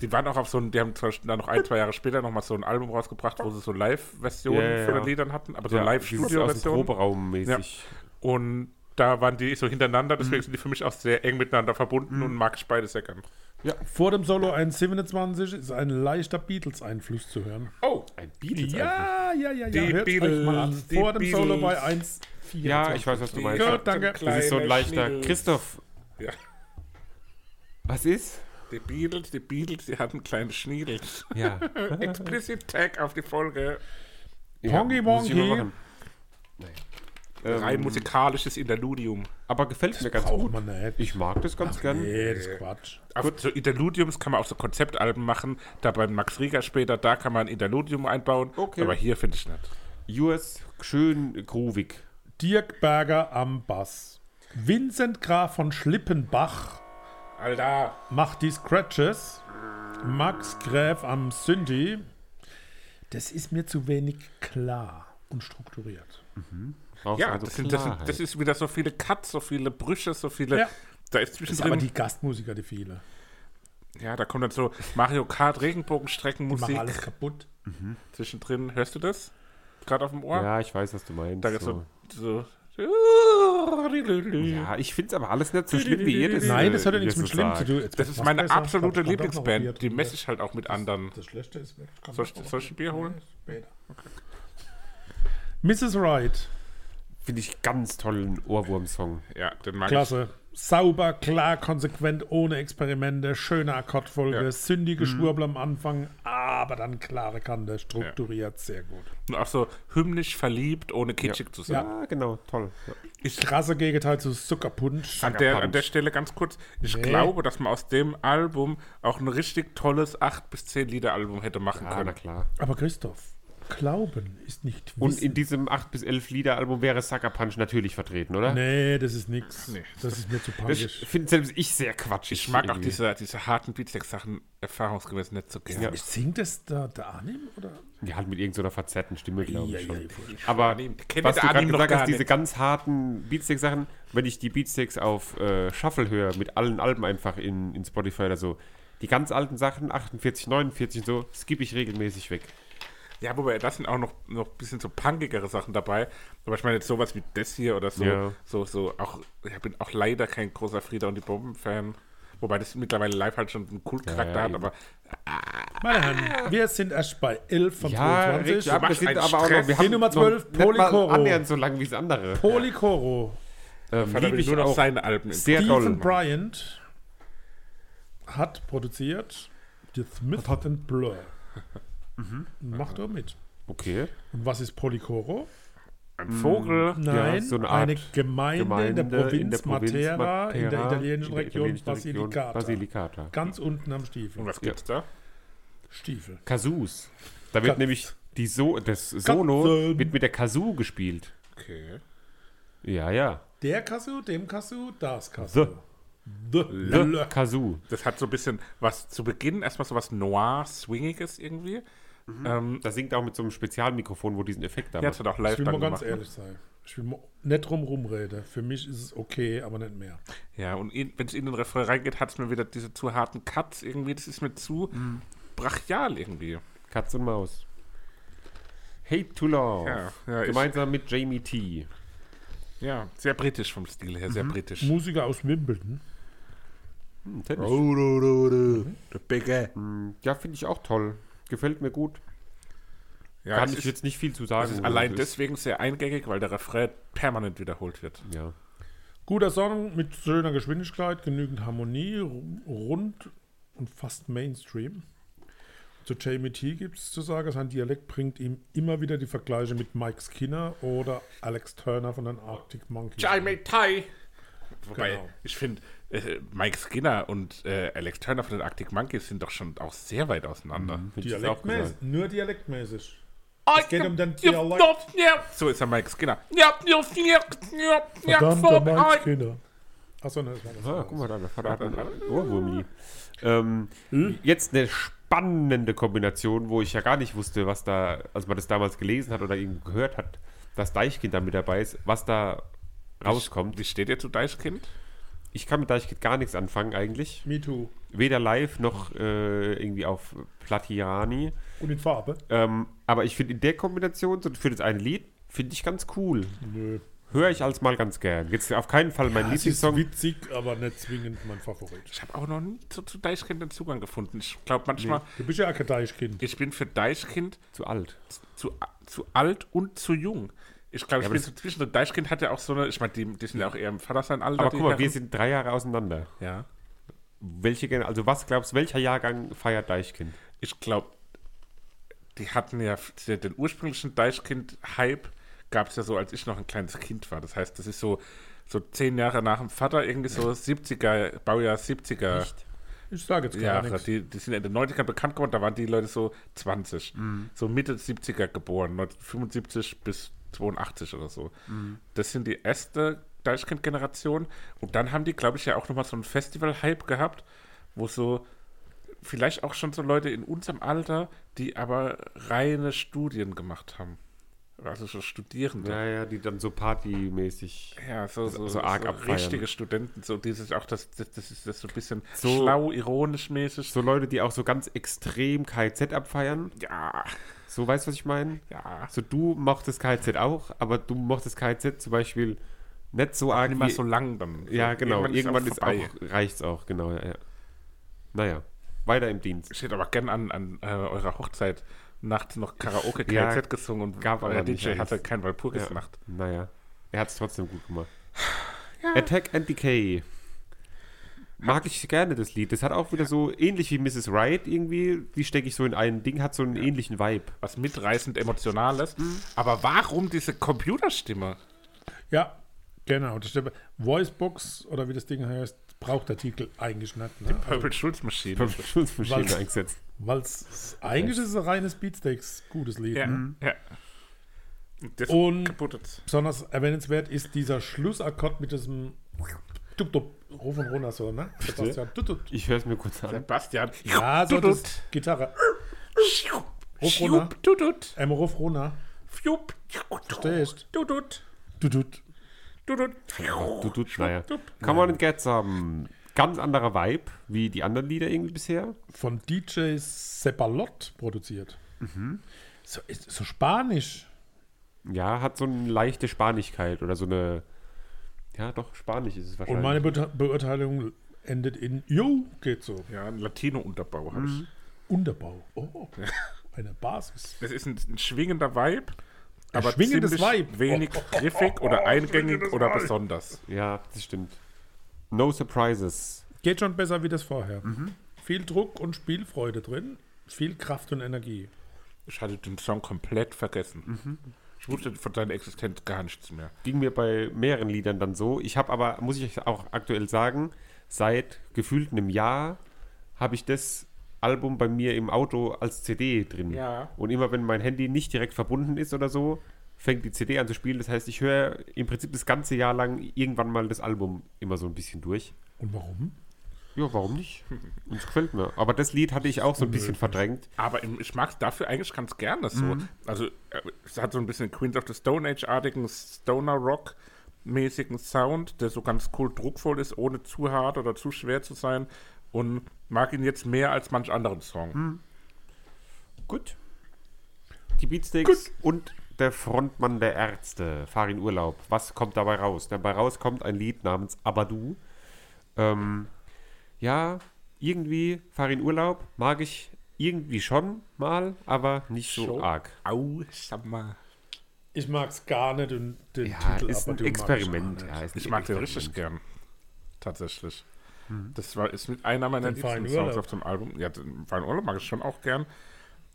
Die waren auch auf so einem, die haben zwar dann noch ein, zwei Jahre später nochmal so ein Album rausgebracht, wo sie so Live-Versionen Ja, ja, von den ja. Liedern hatten, aber so dieses aus dem Live-Studio-Versionen. Proberaum mäßig. Und da waren die so hintereinander, Mhm. deswegen sind die für mich auch sehr eng miteinander verbunden und mag ich beide sehr gern. vor dem Solo 1,27 ist ein leichter Beatles-Einfluss zu hören. Oh, Ein Beatles einfach. Ja, ja, ja, ja. Die Hört's euch mal an. Beatles, die Vor dem Solo bei Beatles. 1,24. Ja, ich weiß, was du meinst. Gut, danke. Das ist so ein leichter. Christoph, Ja. was ist? Die Beatles, die Beatles, die hatten kleine Schniedels. Ja. Explicit Tag auf die Folge. Pongi muss ich mal Wongi. machen. Nee. Ähm, Rein musikalisches Interludium. aber gefällt mir ganz Braucht gut. man nicht. Ich mag das ganz gern. Nee, das ist Quatsch. Auf so Interludiums kann man auch so Konzeptalben machen. Da beim Max Rieger später, da kann man ein Interludium einbauen. Okay. Aber hier finde ich nicht. US, schön groovig. Dirk Berger am Bass. Vincent Graf von Schlippenbach Alter. macht die Scratches. Max Gräf am Synthi. Das ist mir zu wenig klar und strukturiert. Brauchst Ja, also das, sind, das, sind, Klarheit. das ist wieder so viele Cuts, so viele Brüche, so viele. Ja. Da ist Das sind aber zwischendrin. die Gastmusiker, die viele. ja, da kommt dann so Mario Kart, Die machen Regenbogenstreckenmusik alles kaputt. zwischendrin. Hörst du das? Gerade auf dem Ohr? Ja, ich weiß, was du meinst. Da um- ist so. so. so Ja, ich finde es aber alles nicht so schlimm wie jedes. Nein, äh, das hat ja nichts mit Jesus Schlimm sagt. zu tun. Jetzt Das wird's ist noch meine besser. absolute Hab ich doch noch ein Lieblingsband. Bier Die drin. messe ich halt auch mit anderen. Das Schlechte ist weg. Kann Soll man ich, auch soll ich ein Bier holen? später. Mrs. Wright, Finde ich ganz tollen Ohrwurm-Song. Ja, den mag klasse. Sauber, klar, konsequent, ohne Experimente, schöne Akkordfolge, Ja. Mhm. sündige Schwurbel am Anfang, aber dann klare Kante, strukturiert, sehr gut. ich. Und auch so hymnisch verliebt, ohne kitschig zu sein. Ja, genau, toll. Ja. Ich, Krasse Gegenteil zu Zuckerpunsch. an, der, an der Stelle ganz kurz, ich Nee. glaube, dass man aus dem Album auch ein richtig tolles 8 bis 10 Lieder Album hätte machen Ah, na können. klar. Aber Christoph, Glauben ist nicht Und Wissen. in diesem 8 bis 11 Lieder-Album wäre Sucker Punch natürlich vertreten, oder? nee, das ist nix. Nee. Das ist mir zu Das panisch. finde selbst ich sehr quatschig. Ich mag auch irgendwie. diese, diese harten Beatsex-Sachen erfahrungsgemäß nicht so gerne. Ja. Singt das da, der Arnim? Oder? Ja, halt mit irgendeiner so einer verzerrten Stimme, glaube ich Ei, schon. ei, ei, Aber Arnim. Kennt was ihr du Arnim gerade noch gesagt gar hast, diese nicht? ganz harten Beatsteak-Sachen, wenn ich die Beatsteaks auf äh, Shuffle höre, mit allen Alben einfach in, in Spotify oder so, die ganz alten Sachen, 48, 49 und so, skippe ich regelmäßig weg. Ja, wobei, das sind auch noch, noch ein bisschen so punkigere Sachen dabei. Aber ich meine jetzt sowas wie das hier oder so. Ja. so, so auch, ich bin auch leider kein großer Frieda und die Bomben-Fan. Wobei das mittlerweile live halt schon einen Kultcharakter Ja, hat, eben. aber Meine Herren, wir sind erst bei 11 von Ja, 22. richtig, aber wir macht sind einen aber auch noch, Stress. wir Die haben Nummer noch 12, nicht mal Polychoro. annähernd so lang wie das andere. Polychoro, Ähm, hat lieb natürlich ich nur noch auch. seine Alben. im Sehr Kopf. toll. Ethan Bryant hat produziert The Smith and Blur. Mhm. Macht er mit. Okay. Und was ist Polychoro? Ein Vogel. mhm. Nein, so eine Art Gemeinde, in der Provinz, Matera, in der italienischen Region Basilicata. Basilicata. Ganz unten am Und Stiefel. was gibt's da? Stiefel. Kazus. Da wird Ka- nämlich die so das Solo Katzen. wird mit der Kazoo gespielt. Okay. Ja, ja. Der Kassu, dem Kassu, das Kassu. The. Le Kazoo. Das hat so ein bisschen was zu Beginn erstmal so was noir-swingiges irgendwie. Ähm, Da singt auch mit so einem Spezialmikrofon, wo diesen Effekt da der macht. hat auch Ich live will dann mal ganz gemacht. ne? ehrlich sein. Ich will mal nicht drum rumreden. Für mich ist es okay, aber nicht mehr. Ja, und wenn es in den Refrain reingeht, hat es mir wieder diese zu harten Cuts irgendwie. Das ist mir zu brachial irgendwie. Katz und Maus. Hate to Love. Ja, ja, ich- Gemeinsam mit Jamie T. Ja, sehr britisch vom Stil her, sehr Mhm. britisch. Musiker aus Wimbledon. Hm, Tennis. Oh. Hm, Der Bigger. Ja, finde ich auch toll. Gefällt mir gut. Ja, Kann es ich ist, jetzt nicht viel zu sagen. es ist wo allein das ist. deswegen sehr eingängig, weil der Refrain permanent wiederholt wird. Ja. Guter Song mit schöner Geschwindigkeit, genügend Harmonie, ru- rund und fast Mainstream. Zu Jamie T gibt es zu sagen, sein Dialekt bringt ihm immer wieder die Vergleiche mit Mike Skinner oder Alex Turner von den Arctic Monkeys. Jaime Tai. Wobei, Genau. ich finde, äh, Mike Skinner und äh, Alex Turner von den Arctic Monkeys sind doch schon auch sehr weit auseinander. Find ich auch Dialektmäßig, gesagt. nur dialektmäßig. Es geht um den Dialekt. So ist er Mike Skinner. Ja, ja, ja, ja, ja, Verdammter so, Mike ein- Skinner. Achso, ne, das war was Ah, anderes. guck mal da, da hat er einen Ohrwurmli. Ähm, Jetzt eine spannende Kombination, wo ich ja gar nicht wusste, was da, als man das damals gelesen hat oder eben gehört hat, dass Deichkind da mit dabei ist, was da rauskommt. Wie steht ihr zu Deichkind? Ich kann mit Deichkind gar nichts anfangen eigentlich. Me too. Weder live noch äh, irgendwie auf Platiani. Und in Farbe? Ähm, aber ich finde in der Kombination so für das eine Lied, finde ich ganz cool. Nö. Höre ich als mal ganz gern. Jetzt auf keinen Fall mein Das ist Lieblingssong. witzig, aber nicht zwingend mein Favorit. Ich habe auch noch nie zu, zu Deichkind den Zugang gefunden. Ich glaube manchmal, Du bist ja Akadeischkind. ich bin für Deichkind Zu alt. zu, zu alt und zu jung. Ich glaube, ich aber bin das- so zwischen. Und Deichkind hat ja auch so eine, ich meine, die, die sind ja auch eher im Vater sein Alter. Aber die guck mal, wir Herren. sind drei Jahre auseinander. Ja. Welche, Gen- also was glaubst du, welcher Jahrgang feiert Deichkind? ich glaube, die hatten ja f- der- den ursprünglichen Deichkind-Hype gab es ja so, als ich noch ein kleines Kind war. Das heißt, das ist so, so zehn Jahre nach dem Vater, irgendwie so 70er, Baujahr 70er Ich sage jetzt gar Jahre. nichts. Die, die sind in den 90ern bekannt geworden, da waren die Leute so 20. Mhm. So Mitte 70er geboren, 1975 bis 82 oder so. Mhm. Das sind die erste Deichkind-Generation. Und dann haben die, glaube ich, ja auch nochmal so ein Festival-Hype gehabt, wo so vielleicht auch schon so Leute in unserem Alter, die aber reine Studien gemacht haben. Also so Studierende. Ja, ja, die dann so partymäßig. Ja, so, so, so arg abfeiern. richtige Studenten, so dieses auch, das, das, das ist das so ein bisschen So- schlau, ironisch mäßig. So Leute, die auch so ganz extrem KZ abfeiern. Ja, So, weißt du, was ich meine? ja. So, du mochtest KZ auch, aber du mochtest KZ zum Beispiel nicht so arg. Immer wie- so lang dann. ja, genau. Irgendwann, ist auch, vorbei. reicht's auch, genau. Ja, ja. Naja, weiter im Dienst. Steht aber gern an, an äh, eurer Hochzeit nachts noch Karaoke KZ Ja, gesungen und gab euer aber DJ nicht alles. hatte kein Walpurgis Ja. Nacht. Naja, er hat es trotzdem gut gemacht. Attack and Decay. Mag ich gerne das Lied. Das hat auch wieder so ähnlich wie Mrs. Wright irgendwie. Die stecke ich so in ein Ding, hat so einen ähnlichen Vibe. Was mitreißend emotionales. Aber warum diese Computerstimme? Ja, genau. Das stimmt. Voicebox oder wie das Ding heißt, braucht der Titel eigentlich nicht. Ne? Purple Schulz Machine. Weil- Schutzmaschine eingesetzt. Weil es eigentlich ist es ein reines Beatsteaks, gutes Lied. Ja, Ne? ja. Und das Und- kaputtet. Besonders erwähnenswert ist dieser Schlussakkord mit diesem tup tup Ruf und runter so, ne? Sebastian. Tup, tup. Ich höre es mir kurz an. Sebastian. Ja, so das Tutut. Gitarre. Schup, Ruf runter. schup, tutut. Ähm, Ruf runter. Fjup. Verstehst? Tutut. Tut, tut. Tutut. Du tut, naja. tup. Come on and get some. Ganz anderer Vibe wie die anderen Lieder irgendwie bisher. Von DJ Sepalot produziert. Mhm. So, ist, so spanisch. Ja, hat so eine leichte Spanigkeit oder so eine. Ja, doch, Spanisch ist es wahrscheinlich. Und meine Beurte- Beurteilung endet in Jo, geht so. Ja, ein Latino-Unterbau habe ich. Unterbau. Oh, eine Basis. Das ist ein, ein schwingender Vibe, aber schwingendes ziemlich Vibe. Oh. wenig griffig oder eingängig oder besonders. Ja, das stimmt. No surprises. Geht schon besser wie das vorher. Mhm. Viel Druck und Spielfreude drin, viel Kraft und Energie. Ich hatte den Song komplett vergessen. Mhm. Ich wusste von seiner Existenz gar nichts mehr. Ging mir bei mehreren Liedern dann so. Ich habe aber, muss ich auch aktuell sagen, seit gefühlt einem Jahr habe ich das Album bei mir im Auto als CD drin. Ja. Und immer wenn mein Handy nicht direkt verbunden ist oder so, fängt die CD an zu spielen. Das heißt, ich höre im Prinzip das ganze Jahr lang irgendwann mal das Album immer so ein bisschen durch. Und warum? Ja, warum nicht? Uns gefällt mir. Aber das Lied hatte ich auch so ein bisschen verdrängt. Aber im- ich mag es dafür eigentlich ganz gerne so. Mhm. Also, äh, es hat so ein bisschen Queens of the Stone Age-artigen Stoner-Rock-mäßigen Sound, der so ganz cool druckvoll ist, ohne zu hart oder zu schwer zu sein. Und mag ihn jetzt mehr als manch anderen Song. Mhm. Gut. Die Beatsteaks und der Frontmann der Ärzte, Fahr in Urlaub. Was kommt dabei raus? Dabei raus kommt ein Lied namens Aber du. Ähm, ja, irgendwie Fahr in Urlaub mag ich irgendwie schon mal, aber nicht so Schon. arg. Au, sag mal. Ich mag es gar nicht und den Ja, Titel, ist aber ein du magst Experiment. gar Ja, ist ein Ich mag den Experiment. richtig gern. Tatsächlich. Das war, ist mit einer meiner Hm. Den Verein liebsten Songs Urlaub. auf dem Album. Ja, den Verein Urlaub mag ich schon auch gern.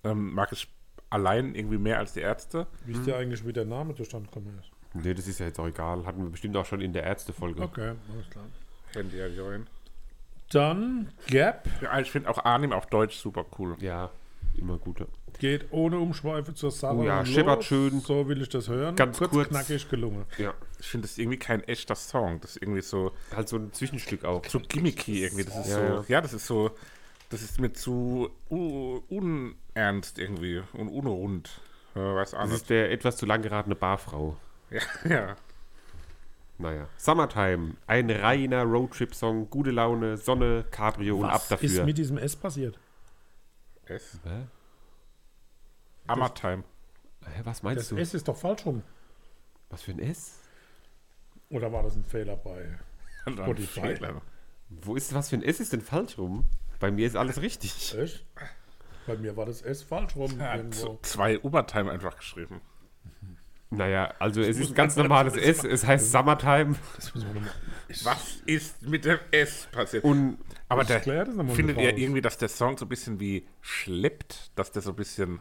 Ähm, mag ich allein irgendwie mehr als die Ärzte. nicht. Wisst ihr Mhm. eigentlich, wie der Name zustande gekommen ist? Nee, das ist ja jetzt auch egal. Hatten wir bestimmt auch schon in der Ärzte-Folge. Okay, alles klar. Handy ja, join. Dann Gap Ja, ich finde auch Arnim auf Deutsch super cool. Ja, immer gute. geht ohne Umschweife zur Sache. Oh ja, und schippert los. schön. So will ich das hören. Ganz kurz. knackig gelungen. Ja. Ich finde das irgendwie kein echter Song. Das ist irgendwie so, Halt so ein Zwischenstück auch. so gimmicky irgendwie. Das ist Ja, so, ja. ja. das ist so, das ist mir zu u- unernst irgendwie und unrund. Äh, weiß auch Das nicht. ist der etwas zu lang geratene Barfrau. Ja, ja. Naja. Summertime, ein reiner Roadtrip-Song, gute Laune, Sonne, Cabrio und ab dafür. ist mit diesem S passiert? Es. Hä? Ammertime. Hä, was meinst Das du? S ist doch falsch rum. Was für ein S? Oder war das ein Fehler bei? Spotify. Fehler. Wo ist was für ein S ist denn falsch rum? Bei mir ist alles richtig. Echt? Bei mir war das S falsch rum. hat irgendwo. zwei Ubertime einfach geschrieben. Naja, also es ist ein ganz normales S, es heißt Summertime Das müssen wir nochmal. Was ist mit dem S passiert? und Aber der, erklär das nochmal findet mit ihr raus. irgendwie, dass der Song so ein bisschen wie schleppt, dass der so ein bisschen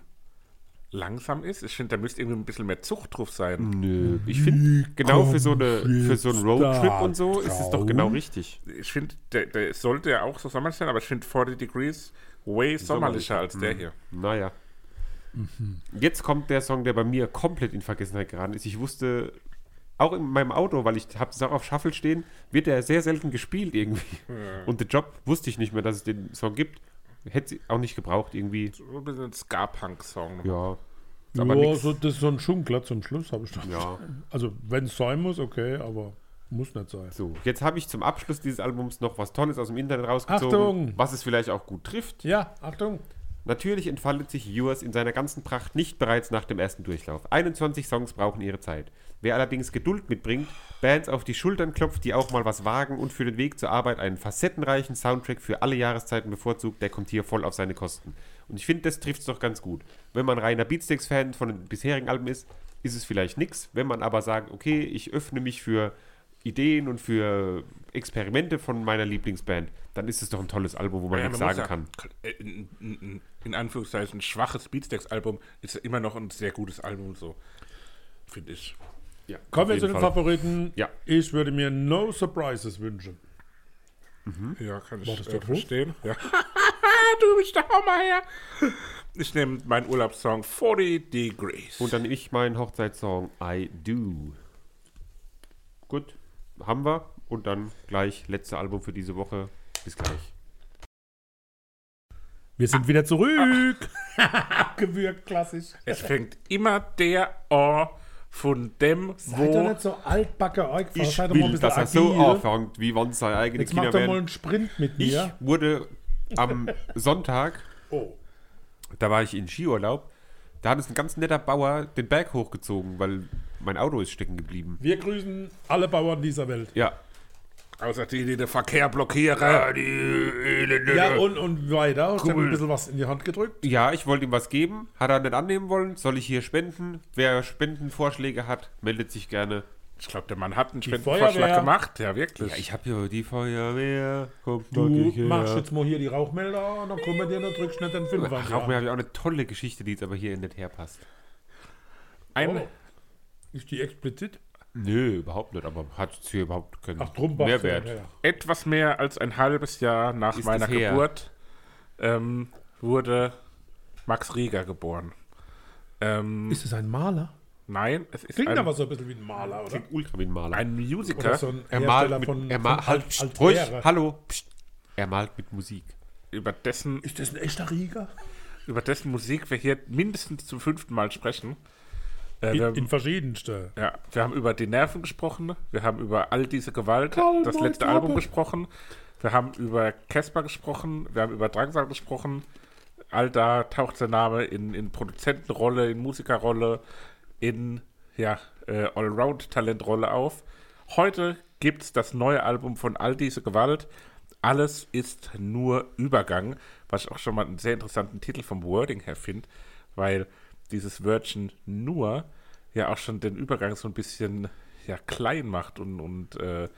langsam ist? Ich finde, da müsste irgendwie ein bisschen mehr Zucht drauf sein. nö, ich finde genau für so eine für so einen Roadtrip da und so ist es doch drauf? genau richtig. Ich finde, der, der sollte ja auch so sommerlich sein, aber ich finde 40 Degrees way sommerlicher als der hier. Naja. Jetzt kommt der Song, der bei mir komplett in Vergessenheit geraten ist. Ich wusste, auch in meinem Auto, weil ich habe es auch auf Shuffle stehen, wird der sehr selten gespielt irgendwie. Und The Job wusste ich nicht mehr, dass es den Song gibt. Hätte sie auch nicht gebraucht irgendwie. So ein bisschen ein Ska-Punk-Song. Ja, aber Ja, nix. so, das ist so ein Schunkelplatz zum Schluss, habe ich doch. ja. Also, wenn es sein muss, okay, aber muss nicht sein. So, jetzt habe ich zum Abschluss dieses Albums noch was Tolles aus dem Internet rausgezogen, Achtung! was es vielleicht auch gut trifft. Ja, Achtung. Natürlich entfaltet sich Yours in seiner ganzen Pracht nicht bereits nach dem ersten Durchlauf. 21 Songs brauchen ihre Zeit. Wer allerdings Geduld mitbringt, Bands auf die Schultern klopft, die auch mal was wagen und für den Weg zur Arbeit einen facettenreichen Soundtrack für alle Jahreszeiten bevorzugt, der kommt hier voll auf seine Kosten. Und ich finde, das trifft es doch ganz gut. Wenn man reiner Beatsteaks-Fan von den bisherigen Alben ist, ist es vielleicht nix. Wenn man aber sagt, okay, ich öffne mich für Ideen und für Experimente von meiner Lieblingsband, dann ist es doch ein tolles Album, wo man Ja, nichts man muss sagen kann. ja- äh, In, in, in- in Anführungszeichen ein schwaches Beatsteaks-Album ist ja immer noch ein sehr gutes Album, so finde ich. Ja, Kommen auf wir zu jeden den Fall. Favoriten. Ja. Ich würde mir No Surprises wünschen. Ja, kann ich War das der äh, Ton? verstehen. Ja. du bist der Hammer, ja. Ich nehme meinen Urlaubssong 40 Degrees. Und dann nehme ich meinen Hochzeitssong I Do. Gut, haben wir. Und dann gleich letzte Album für diese Woche. Bis gleich. Wir sind wieder zurück. Gewürgt, klassisch. es fängt immer der an von dem, Seid doch wo... nicht so altbacke, Eug, Ich seid doch mal ein will, bisschen dass er so agil. anfängt, wie wann seine eigene Jetzt Kinder macht doch mal werden. einen Sprint mit Ich mir. wurde am Sonntag, Oh. da war ich in Skiurlaub, da hat es ein ganz netter Bauer den Berg hochgezogen, weil mein Auto ist stecken geblieben. Wir grüßen alle Bauern dieser Welt. Ja. Außer die, die den Verkehr blockieren. Die Elende. Ja, und, und weiter. Ich habe Cool. ein bisschen was in die Hand gedrückt. Ja, ich wollte ihm was geben, hat er nicht annehmen wollen. Soll ich hier spenden? Wer Spendenvorschläge hat, meldet sich gerne. ich glaube, der Mann hat einen Feuerwehr. Spendenvorschlag gemacht. Ja, wirklich. Ja, ich habe hier die Feuerwehr. Kommt Du mal her. machst jetzt mal hier die Rauchmelder an, dann kommen wir dir und dann drückst du nicht den Film Ach, Rauchmelder habe ich auch eine tolle Geschichte, die jetzt aber hier nicht herpasst. Ein, Oh. Ist die explizit? Nö, überhaupt nicht, aber hat jetzt hier überhaupt keinen Ach, drum war es Mehrwert. ja, ja. Etwas mehr als ein halbes Jahr nach Ist meiner es her? Geburt ähm, wurde Max Rieger geboren. Ähm, Ist es ein Maler? nein, es ist Klingt ein, aber so ein bisschen wie ein Maler, oder? Ultraminmaler. ein Musiker. ein er malt Hersteller mit, er malt, halt, Alt- pst, ruhig, Altäre. hallo, pst. Er malt mit Musik. über dessen Ist das ein echter Rieger? über dessen Musik wir hier mindestens zum fünften Mal sprechen. Äh, In, wir, in verschiedenste. ja, wir haben über die Nerven gesprochen, wir haben über all diese Gewalt, Karl das May letzte Trappe. Album gesprochen, wir haben über Casper gesprochen, wir haben über Drangsal gesprochen. All da taucht sein Name in, in Produzentenrolle, in Musikerrolle, in ja, äh, Allround-Talentrolle auf. Heute gibt es das neue Album von All diese Gewalt. Alles ist nur Übergang, was ich auch schon mal einen sehr interessanten Titel vom Wording her finde, weil dieses Wörtchen nur ja auch schon den Übergang so ein bisschen ja, klein macht und, und äh,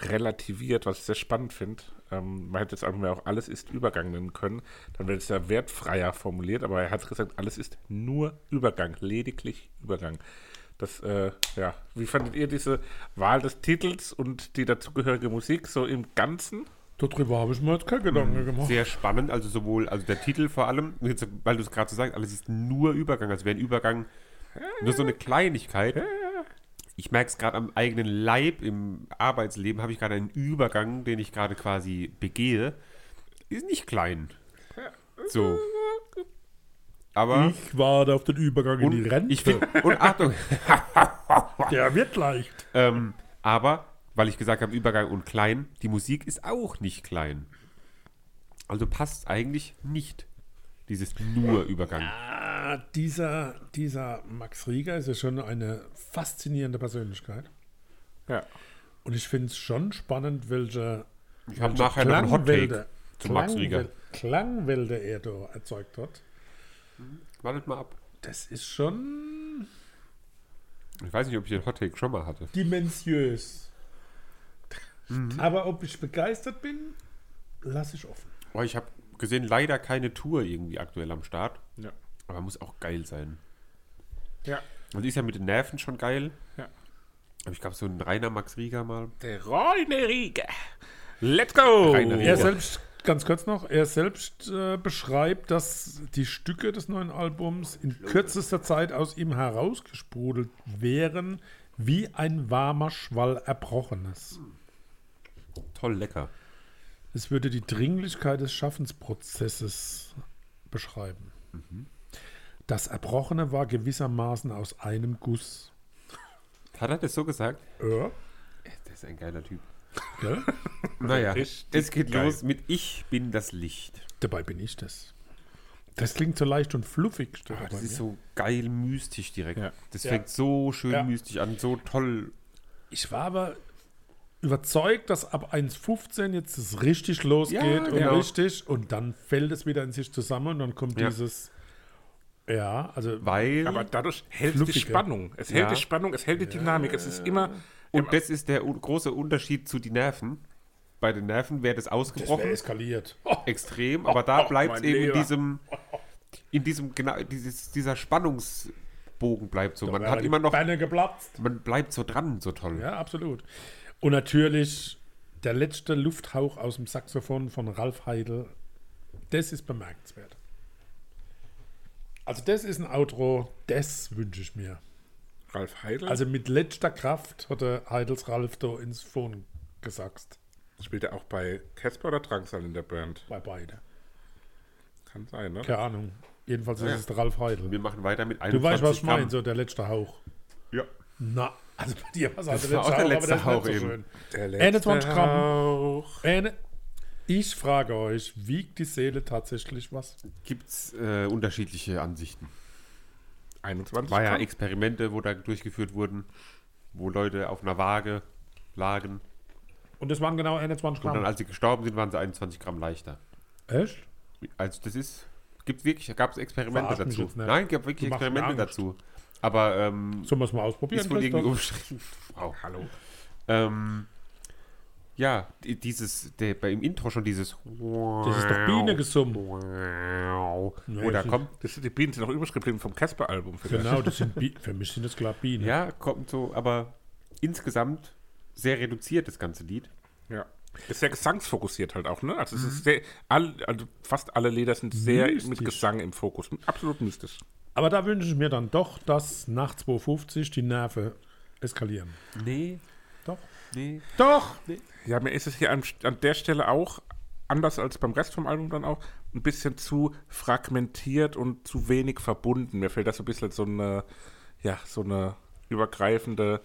relativiert, was ich sehr spannend finde. Ähm, man hätte das Album ja auch alles ist Übergang nennen können, dann wäre es ja wertfreier formuliert, aber er hat gesagt, alles ist nur Übergang, lediglich Übergang. Das, äh, ja, wie fandet ihr diese Wahl des Titels und die dazugehörige Musik so im Ganzen? Darüber habe ich mir jetzt keine Gedanken gemacht. Sehr spannend, also sowohl, also der Titel vor allem, jetzt, weil du es gerade so sagst, alles ist nur Übergang, als wäre ein Übergang nur so eine Kleinigkeit. Ich merke es gerade am eigenen Leib, im Arbeitsleben habe ich gerade einen Übergang, den ich gerade quasi begehe. Ist nicht klein. So. Aber Ich warte auf den Übergang in die Rente. ich finde, und Achtung, Der wird leicht. Ähm, aber, weil ich gesagt habe, Übergang und klein, die Musik ist auch nicht klein. Also passt eigentlich nicht dieses nur Übergang. Ah, dieser, dieser Max Rieger ist ja schon eine faszinierende Persönlichkeit. Ja. Und ich finde es schon spannend, welche. Ich hab nachher noch einen Hot Take zu Max Rieger. Klangwälder er da erzeugt hat. Wartet mal ab. Das ist schon Ich weiß nicht, ob ich den Hottake schon mal hatte. dimensiös. Mhm. Aber ob ich begeistert bin, lasse ich offen. Aber Oh, ich habe gesehen, leider keine Tour irgendwie aktuell am Start. Ja. Aber muss auch geil sein. ja. Also ist ja mit den Nerven schon geil. Ja. Aber ich glaube, so ein reiner Max Rieger mal. Der Reine Rieger. Let's go! Rainer Er Rieger. Ja. selbst, ganz kurz noch, er selbst äh, beschreibt, dass die Stücke des neuen Albums in kürzester Zeit aus ihm herausgesprudelt wären, wie ein warmer Schwall Erbrochenes. Toll lecker. Es würde die Dringlichkeit des Schaffensprozesses beschreiben. Mhm. Das Erbrochene war gewissermaßen aus einem Guss. Hat er das so gesagt? Ja, Das ist ein geiler Typ. gell? Naja, Richtig es geht geil. los mit Ich bin das Licht. Dabei bin ich das. Das klingt so leicht und fluffig. steht Ah, da das bei ist mir. so geil mystisch direkt. Ja. Das Ja. fängt so schön Ja. mystisch an, so toll. Ich war aber überzeugt, dass ab 1,15 jetzt es richtig losgeht Ja, genau. und richtig und dann fällt es wieder in sich zusammen und dann kommt Ja. dieses ja, also Weil. Aber dadurch hält die Fluffiger. Spannung. Es hält Ja. die Spannung, es hält die Dynamik. Es ist immer. und das ist der u- große Unterschied zu den Nerven. Bei den Nerven wäre das ausgebrochen, eskaliert. Oh, extrem, aber da bleibt es mein eben in Lieber. diesem, in diesem, genau, dieses, dieser Spannungsbogen bleibt Oh, so. Man hat immer noch, Beine geplatzt. man bleibt so dran, so toll. Ja, absolut. Und natürlich der letzte Lufthauch aus dem Saxophon von Ralf Heidel. Das ist bemerkenswert. Also das ist ein Outro, das wünsche ich mir. Ralf Heidel also, Also mit letzter Kraft hat der Heidels Ralf da ins Phone gesackt. spielt er auch bei Casper oder Drangsal in der Band. Bei beide. Kann sein, ne? Keine Ahnung. Jedenfalls Ja. ist es der Ralf Heidel. Wir machen weiter mit Du 21 weißt, was ich Gramm. meine, so der letzte Hauch. Ja. Na, also bei dir war es Das war auch der letzte Hauch nicht eben. Der letzte 21 Gramm. Hauch. Eine, ich frage euch, wiegt die Seele tatsächlich was? Gibt's äh, unterschiedliche Ansichten. 21 War ja Gramm. Experimente, wo da durchgeführt wurden, wo Leute auf einer Waage lagen Und das waren genau 21 Und dann, Gramm. als sie gestorben sind, waren sie 21 Gramm leichter. Echt? Also das ist, gibt wirklich, gab es Experimente Verarsch mich dazu. jetzt nicht. Nein, gab wirklich Du machst mir Experimente Angst. dazu. Aber ähm, Sollen wir es mal ausprobieren? ist wohl irgendwie Christoph? umstritten. Wow, hallo. Ähm, ja, die- dieses, der, bei im Intro schon dieses. Das ist doch Biene gesummt. Nee, Oder das ist- kommt, Das sind die Bienen sind noch übrig geblieben vom Casper-Album. vielleicht. Genau, das sind Bi für mich sind das klar Bienen. ja, kommt so, aber insgesamt sehr reduziert das ganze Lied. Ja. Ist sehr gesangsfokussiert halt auch, ne? Also, es ist sehr, all, also fast alle Lieder sind sehr Mhm. Mystisch. mit Gesang im Fokus. Absolut mystisch. Aber da wünsche ich mir dann doch, dass nach 250 die Nerven eskalieren. Nee, Doch. nee. Doch! Ja, mir ist es hier an, an der Stelle auch, anders als beim Rest vom Album dann auch, ein bisschen zu fragmentiert und zu wenig verbunden. Mir fehlt da so ein bisschen so eine, ja, so eine übergreifende,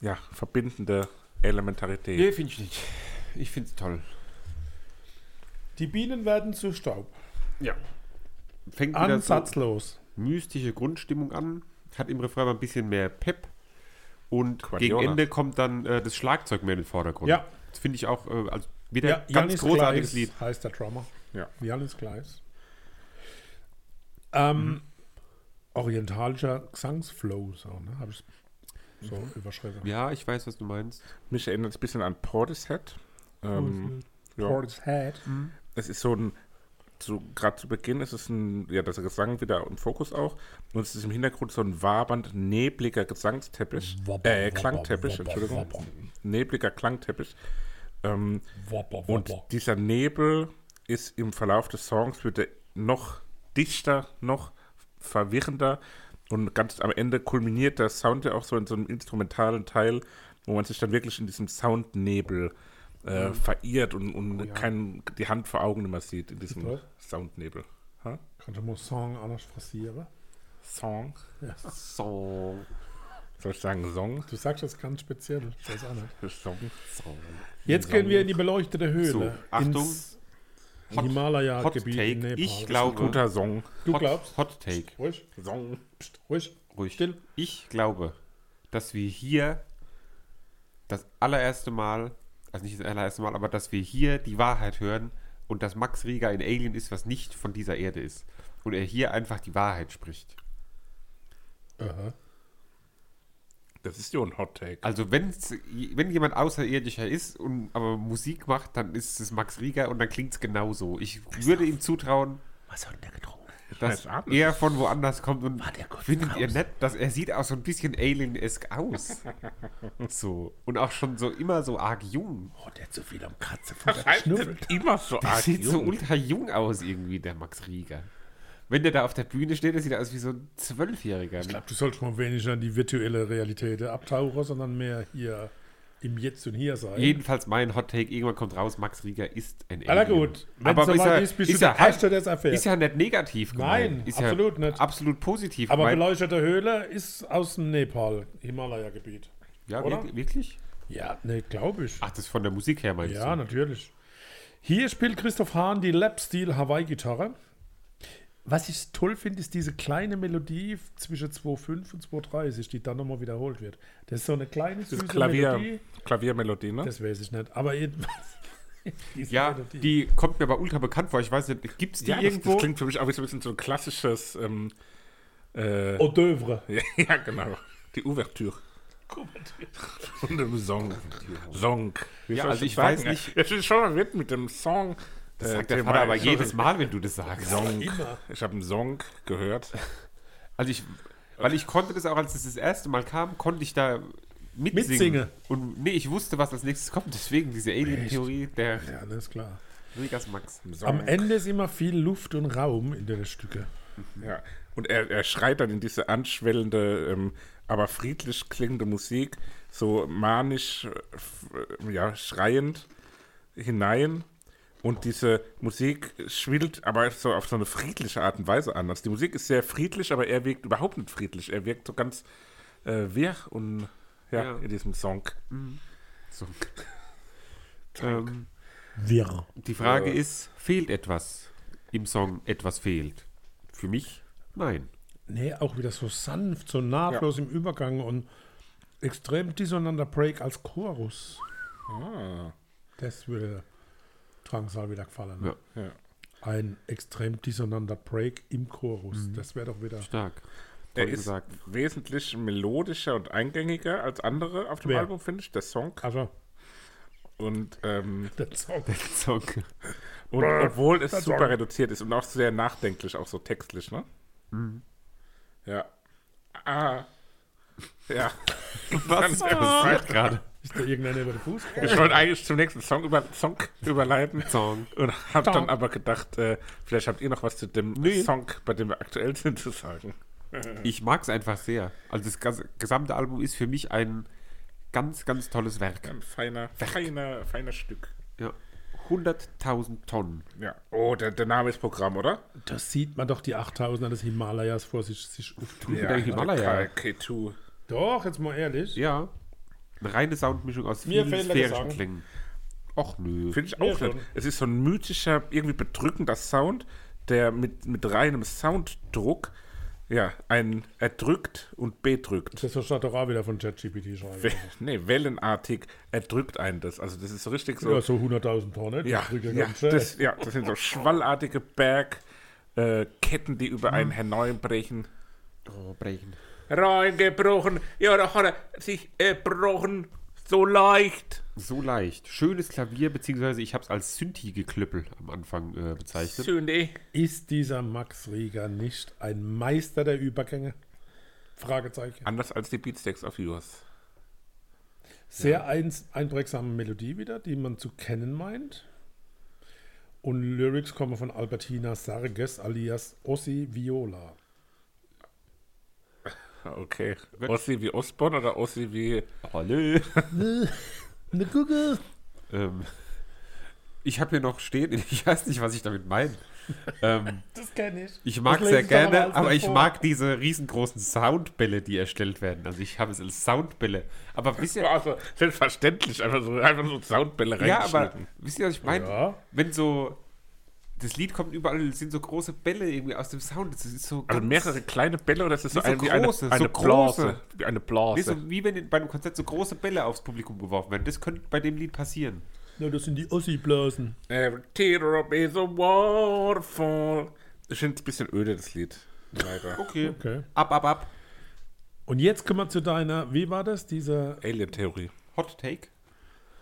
ja, verbindende Elementarität. Nee, finde ich nicht. Ich finde es toll. Die Bienen werden zu Staub. Ja. Fängt wieder so Ansatzlos. mystische Grundstimmung an, hat im Refrain mal ein bisschen mehr Pep und Guardiola. gegen Ende kommt dann äh, das Schlagzeug mehr in den Vordergrund. Ja. Das finde ich auch, äh, also wieder Ja, ganz Janis großartiges Kleis Lied. heißt der Drummer. Ja. Janis Kleis. Ähm, Orientalischer Gesangsflow, so, ne? Habe ich so überschrieben. Ja, ich weiß, was du meinst. Mich erinnert es ein bisschen an Portishead. Ähm, ja. Portishead. es ist so ein, so gerade zu Beginn ist es ein, ja, das Gesang wieder im Fokus auch. Und es ist im Hintergrund so ein wabernd nebliger Gesangsteppich. äh, Klangteppich, Entschuldigung. Nebliger Klangteppich. Ähm, und dieser Nebel ist im Verlauf des Songs wird er noch dichter, noch verwirrender. Und ganz am Ende kulminiert der Sound ja auch so in so einem instrumentalen Teil, wo man sich dann wirklich in diesem Soundnebel äh, verirrt und, und kein, die Hand vor Augen nicht mehr sieht in diesem Was? Soundnebel. Ha? Kannst du mal Song anders frasieren? Song? Ja. So. Soll ich sagen Song? Du sagst das ganz speziell. Ich weiß auch nicht. Song. Jetzt gehen wir in die beleuchtete Höhle. So, Achtung. Ins Hot- Hot Himalaya-Gebiet. Take. in Nepal. Ich glaube, Guter Song. Du Hot, glaubst? Hot Take. Ruhig, Song. pst, ruhig. Ruhig. Still. Ich glaube, dass wir hier das allererste Mal, also nicht das allererste Mal, aber dass wir hier die Wahrheit hören und dass Max Rieger ein Alien ist, was nicht von dieser Erde ist. Und er hier einfach die Wahrheit spricht. Aha. Das ist ja ein Hot Take. Also wenn's, wenn jemand außerirdischer ist und aber Musik macht, dann ist es Max Rieger und dann klingt es genauso. Ich würde ihm zutrauen, Was hat der getrunken? dass Scheiß ab. er von woanders kommt und der kurz findet ihr raus? nett, dass er sieht auch so ein bisschen alien-esk aus. so. Und auch schon so immer so arg jung. Oh, der hat so viel am Katzenfutter halt. geschnüffelt. Schreibt immer so Der arg sieht so jung. ultra jung aus irgendwie, der Max Rieger. Wenn der da auf der Bühne steht, der sieht aus wie so ein Zwölfjähriger. Ich glaube, du sollst mal weniger in die virtuelle Realität abtauchen, sondern mehr hier im Jetzt und Hier sein. Jedenfalls mein Hot Take, irgendwann kommt raus, Max Rieger ist ein Alien. Aller gut. Wenn aber soweit ist, er, ist, ist, bist du er der Erste, der es halt, erfährt. ist ja nicht negativ gemeint. Nein, ist absolut ja nicht. Absolut positiv Aber gemeint. beleuchtete Höhle ist aus dem Nepal, Himalaya-Gebiet. Ja, oder? wirk- wirklich? Ja, ne, glaube ich. Ach, das ist von der Musik her meinst Ja, ne. du? natürlich. Hier spielt Christoph Hahn die Lap-Steel Hawaii-Gitarre. Was ich toll finde, ist diese kleine Melodie zwischen 2,5 und 2,30, die dann nochmal wiederholt wird. Das ist so eine kleine süße Das Klavier, Melodie. Klaviermelodie, ne? Das weiß ich nicht, aber jedenfalls. diese Ja, Melodie. die kommt mir aber ultra bekannt vor. Ich weiß nicht, gibt es die ja, das, irgendwo? das klingt für mich auch wie so ein bisschen so ein klassisches. Ähm, äh, Oh. Hors d'oeuvre. ja, genau. Die Ouvertüre. Von dem Song. Song. Wie Ja, soll also das ich weiß sagen? nicht- Es ist schon verwirrt mit dem Song. das äh, sagt der Thema. Vater aber Ich hab jedes Mal, wenn du das sagst. einen Song. Ich habe einen Song gehört. Also ich, weil ich konnte das auch, als es das erste Mal kam, konnte ich da mitsingen. Mitsinge. Und nee, ich wusste, was als nächstes kommt. Deswegen diese Alien-Theorie der Ja, das ist klar. Rigas Max. Song. Am Ende ist immer viel Luft und Raum in den Stücke. Ja. Und er, er schreit dann in diese anschwellende, ähm, aber friedlich klingende Musik, so manisch, äh, f- äh, ja, schreiend hinein. Und diese Musik schwillt aber so auf so eine friedliche Art und Weise an. Also die Musik ist sehr friedlich, aber er wirkt überhaupt nicht friedlich. Er wirkt so ganz äh, wirr und ja, Ja. in diesem Song. So. ähm, Wir. die Frage ist, fehlt etwas im Song? Etwas fehlt. Für mich? Nein. Nee, auch wieder so sanft, so nahtlos im Ah, Übergang und extrem dissonanter Break als Chorus. Das würde Drangsal wieder gefallen. Ja. Ja. Ein extrem dissonanter Break im Chorus. Das wäre doch wieder. Stark. Der Toll ist gesagt. wesentlich melodischer und eingängiger als andere auf dem Wer? Album, finde ich, der Song. Also, Und, ähm, der Song. Song. und obwohl es der super Song. reduziert ist und auch sehr nachdenklich, auch so textlich, ne? Ja. Ah. Ja. Was Oh. passiert gerade? Ist da irgendeiner über den Fuß? Ich wollte eigentlich zum nächsten Song, über, Song überleiten Song. und habe dann Song. aber gedacht, äh, vielleicht habt ihr noch was zu dem Nee. Song, bei dem wir aktuell sind, zu sagen. Ich mag es einfach sehr. Also das ganze- gesamte Album ist für mich ein ganz, ganz tolles Werk. Ein feiner, feiner, feiner Stück. Ja. 100.000 Tonnen. Ja. Oh, der, der Name ist Programm, oder? Da sieht man doch die 8000er des Himalayas vor sich, sich auftun. der Himalaya. K2. Doch, jetzt mal ehrlich. Ja. Eine reine Soundmischung aus Mir vielen fehlt der sphärischen Gesang. Klängen. Och nö. Finde ich Ja, auch schon. nicht. Es ist so ein mythischer, irgendwie bedrückender Sound, der mit, mit reinem Sounddruck ja, einen erdrückt und bedrückt. Das versteht doch auch wieder von ChatGPT schreiben. We nee, wellenartig erdrückt einen das. Also das ist so richtig so. Ja, so 100.000 Tonnen. Ja, das kriegt ja, ganz schön. das, ja, das sind so schwallartige Bergketten, äh, Ketten, die über einen hereinbrechen. Oh, brechen. Reingebrochen, ja, da hat er sich erbrochen, so leicht. So leicht. Schönes Klavier, beziehungsweise ich habe es als Synthi-Geklüppel am Anfang äh, bezeichnet. Sünde. Ist dieser Max Rieger nicht ein Meister der Übergänge? Fragezeichen. Anders als die Beatsteaks of Yours. Sehr eins- einprägsame Melodie wieder, die man zu kennen meint. Und Lyrics kommen von Albertina Sarges alias Ossi Viola. Ah, Okay. Ossi wie Osborn oder Ossi wie Hallo. Ne Google. ähm, ich habe hier noch stehen, ich weiß nicht, was ich damit meine. ähm, Das kenne ich. ich mag Das sehr lese ich doch mal gerne, alles aber ich davor. mag diese riesengroßen Soundbälle, die erstellt werden. Also ich habe es als Soundbälle. Aber wisst ihr, Ja, also selbstverständlich, einfach so, einfach so Soundbälle ja, aber reingeschnitten. wisst ihr, was ich meine? Ja. Wenn so das Lied kommt überall, sind so große Bälle irgendwie aus dem Sound. Das ist so also ganz- mehrere kleine Bälle oder ist das so, Wie so ein, wie eine, große, eine so Blase? große. Wie eine Nee, Blase. so wie wenn bei einem Konzert so große Bälle aufs Publikum geworfen werden. Das könnte bei dem Lied passieren. Na, das sind die Ossi-Blasen. Every teardrop is a waterfall. Ich finde es ein bisschen öde, das Lied. Leider. Okay. Okay. Ab, ab, ab. Und jetzt kommen wir zu deiner, wie war das? Dieser, Alien-Theorie. Hot Take.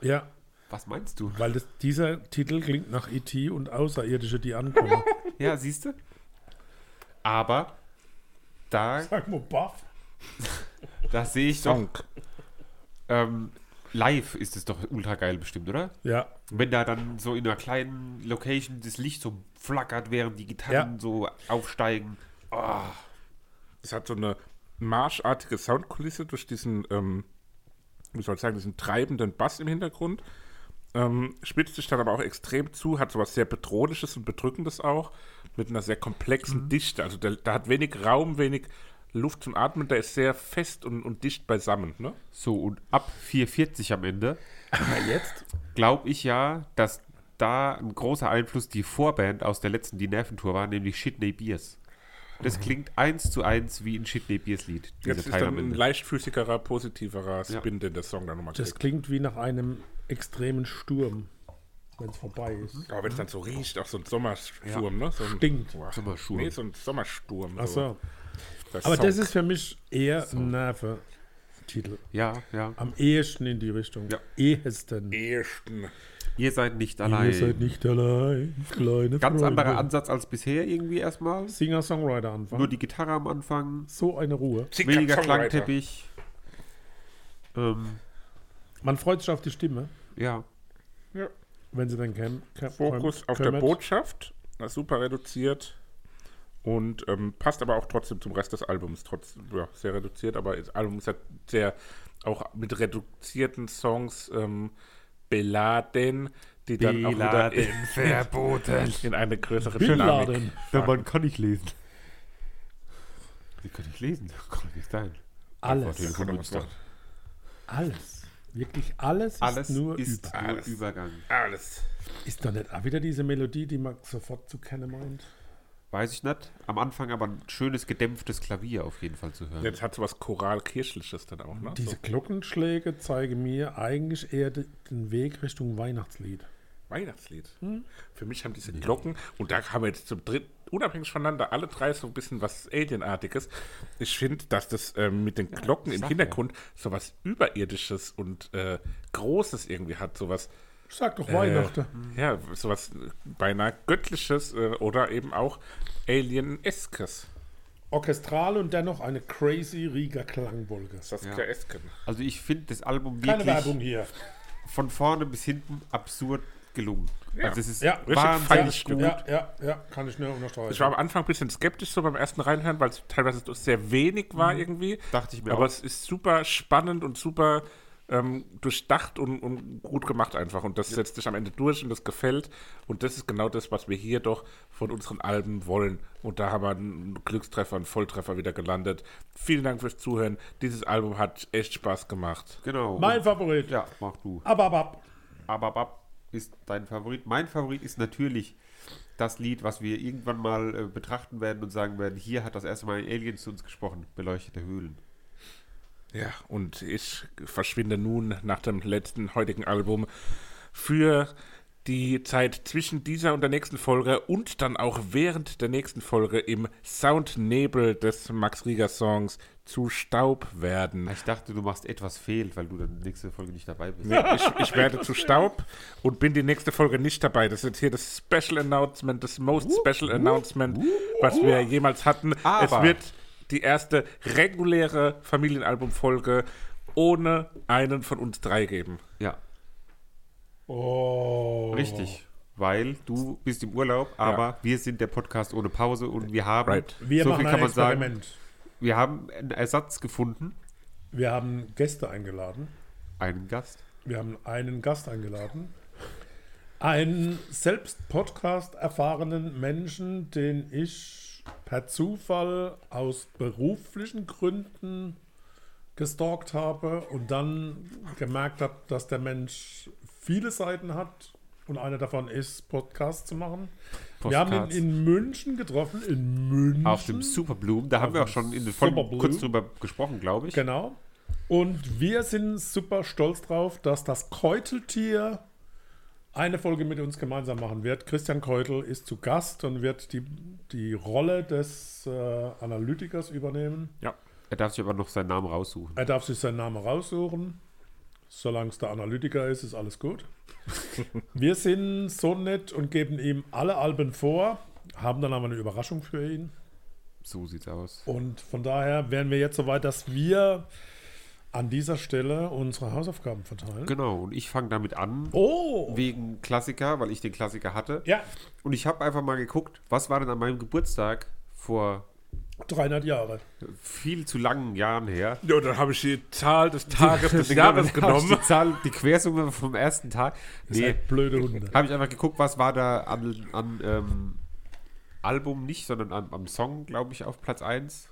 ja, Was meinst du? weil das, dieser Titel klingt nach E.T. und Außerirdische, die ankommen. Ja, siehst du? Aber da, Sag mal, baff. da sehe ich doch, Song. ähm, live ist es doch ultra geil bestimmt, oder? Ja, Wenn da dann so in einer kleinen Location das Licht so flackert, während die Gitarren Ja. so aufsteigen. Es hat so eine marschartige Soundkulisse durch diesen, ähm, wie soll ich sagen, diesen treibenden Bass im Hintergrund. Ähm, spitzt sich dann aber auch extrem zu, hat sowas sehr Bedrohliches und Bedrückendes auch, mit einer sehr komplexen Mhm. Dichte. Also der, da hat wenig Raum, wenig Luft zum Atmen, der ist sehr fest und, und dicht beisammen. Ne? So, und ab 4.40 am Ende aber jetzt? glaube ich ja, dass da ein großer Einfluss die Vorband aus der letzten Die Nerventour war, nämlich Shitney Beers. Das klingt eins zu eins wie ein Shitney Beers Lied, dieser Jetzt ist Teil dann am ein Ende. leichtfüßigerer, positiverer Spin, den der Song dann nochmal Das kriegt. klingt wie nach einem extremen Sturm, wenn es vorbei Mhm. ist. Aber wenn es dann so riecht, auch so ein Sommersturm, ne? So ein, Stinkt. Boah, Sommersturm. Nee, so ein Sommersturm. Ach so. Das Aber das Song. ist für mich eher ein Nerve-Titel. Ja, ja. Am ehesten in die Richtung. Ja. Ehesten. Ersten. Ihr seid nicht allein. Ihr seid nicht allein, kleine Ganz Freunde. anderer Ansatz als bisher irgendwie erstmal. Singer-Songwriter anfangen. Nur die Gitarre am Anfang, So eine Ruhe. weniger Songwriter. Klangteppich. Ähm, Man freut sich auf die Stimme, ja, Ja. wenn sie dann kämen. Fokus auf der Botschaft, das ist super reduziert und ähm, passt aber auch trotzdem zum Rest des Albums. Trotz, ja, sehr reduziert, aber das Album ist halt sehr auch mit reduzierten Songs ähm, beladen, die dann auch wieder in, verboten. in eine größere Bin Dynamik. Laden. Ja, man kann nicht lesen. Wie kann ich lesen? Kann nicht sein. Alles. Telefon Alles. Münster. Alles. Wirklich alles ist Alles nur ist über. nur Alles. Übergang. Alles. Ist da nicht auch wieder diese Melodie, die man sofort zu kennen meint? Weiß ich nicht. Am Anfang aber ein schönes, gedämpftes Klavier auf jeden Fall zu hören. Jetzt hat so was Choral-Kirchliches dann auch, ne? Diese So Glockenschläge zeigen mir eigentlich eher de- den Weg Richtung Weihnachtslied. Weihnachtslied. Hm. Für mich haben diese Glocken, und da haben wir jetzt zum dritten, unabhängig voneinander, alle drei so ein bisschen was Alienartiges. Ich finde, dass das ähm, mit den Glocken im Hintergrund so was Überirdisches und äh, Großes irgendwie hat, so was Sag doch Weihnachten. Äh, ja, sowas beinahe Göttliches äh, oder eben auch Alien-eskes. Orchestral und dennoch eine crazy Rieger Klangwolke. Saskia Esken. Also ich finde das Album Keine Werbung wirklich hier. von vorne bis hinten absurd gelungen. Also es ist Ja, richtig wahnsinnig fein. gut. Ja, ja, ja, kann ich nur unterstreichen. Ich war am Anfang ein bisschen skeptisch so beim ersten Reinhören, weil es teilweise doch sehr wenig war irgendwie. Mhm. Dachte ich mir Aber auch. es ist super spannend und super ähm, durchdacht und, und gut gemacht einfach. Und das setzt sich am Ende durch und das gefällt. Und das ist genau das, was wir hier doch von unseren Alben wollen. Und da haben wir einen Glückstreffer, einen Volltreffer wieder gelandet. Vielen Dank fürs Zuhören. Dieses Album hat echt Spaß gemacht. Genau. mein Favorit. ja, mach du. Aber, aber, Aber Bab ist dein Favorit. Mein Favorit ist natürlich das Lied, was wir irgendwann mal äh, betrachten werden und sagen werden, hier hat das erste Mal ein Alien zu uns gesprochen, beleuchtete Höhlen. Ja, und ich verschwinde nun nach dem letzten heutigen Album für die Zeit zwischen dieser und der nächsten Folge und dann auch während der nächsten Folge im Soundnebel des Max Rieger Songs zu Staub werden. Ah, Ich dachte, du machst etwas fehlt, weil du dann nächste Folge nicht dabei bist. Nee, ich, ich werde zu Staub und bin die nächste Folge nicht dabei. Das ist jetzt hier das Special Announcement, das Most Special Announcement, was wir jemals hatten. Aber- es wird die erste reguläre Familienalbum-Folge ohne einen von uns drei geben. Ja, oh. richtig. Weil du bist im Urlaub, aber wir sind der Podcast ohne Pause und wir haben, Right. Wir so machen viel ein kann man sagen, Experiment. wir haben einen Ersatz gefunden, Wir haben Gäste eingeladen. einen Gast. Wir haben einen Gast eingeladen. Einen selbst Podcast erfahrenen Menschen, den ich per Zufall aus beruflichen Gründen gestalkt habe und dann gemerkt habe, dass der Mensch viele Seiten hat und eine davon ist, Podcasts zu machen. Wir haben Podcasts. ihn in München getroffen, in München. Auf dem Superblumen, da haben wir auch schon in den Folgen Superblumen. kurz drüber gesprochen, glaube ich. Genau. Und wir sind super stolz drauf, dass das Keuteltier eine Folge mit uns gemeinsam machen wird. Christian Keutel ist zu Gast und wird die, die Rolle des äh, Analytikers übernehmen. Ja. Er darf sich aber noch seinen Namen raussuchen. Er darf sich seinen Namen raussuchen. Solange es der Analytiker ist, ist alles gut. wir sind so nett und geben ihm alle Alben vor, haben dann aber eine Überraschung für ihn. So sieht's aus. Und von daher wären wir jetzt soweit, dass wir an dieser Stelle unsere Hausaufgaben verteilen. Genau, und ich fange damit an, Oh! wegen Klassiker, weil ich den Klassiker hatte. Ja, Und ich habe einfach mal geguckt, was war denn an meinem Geburtstag vor 300 Jahre. viel zu langen Jahren her. Ja, dann habe ich die Zahl des Tages des Deswegen Jahres habe ich genommen. Die, Zahl, die Quersumme vom ersten Tag. Nee, Seid blöde Hunde. habe ich einfach geguckt, was war da an, an ähm, Album nicht, sondern an, am Song, glaube ich, auf Platz 1.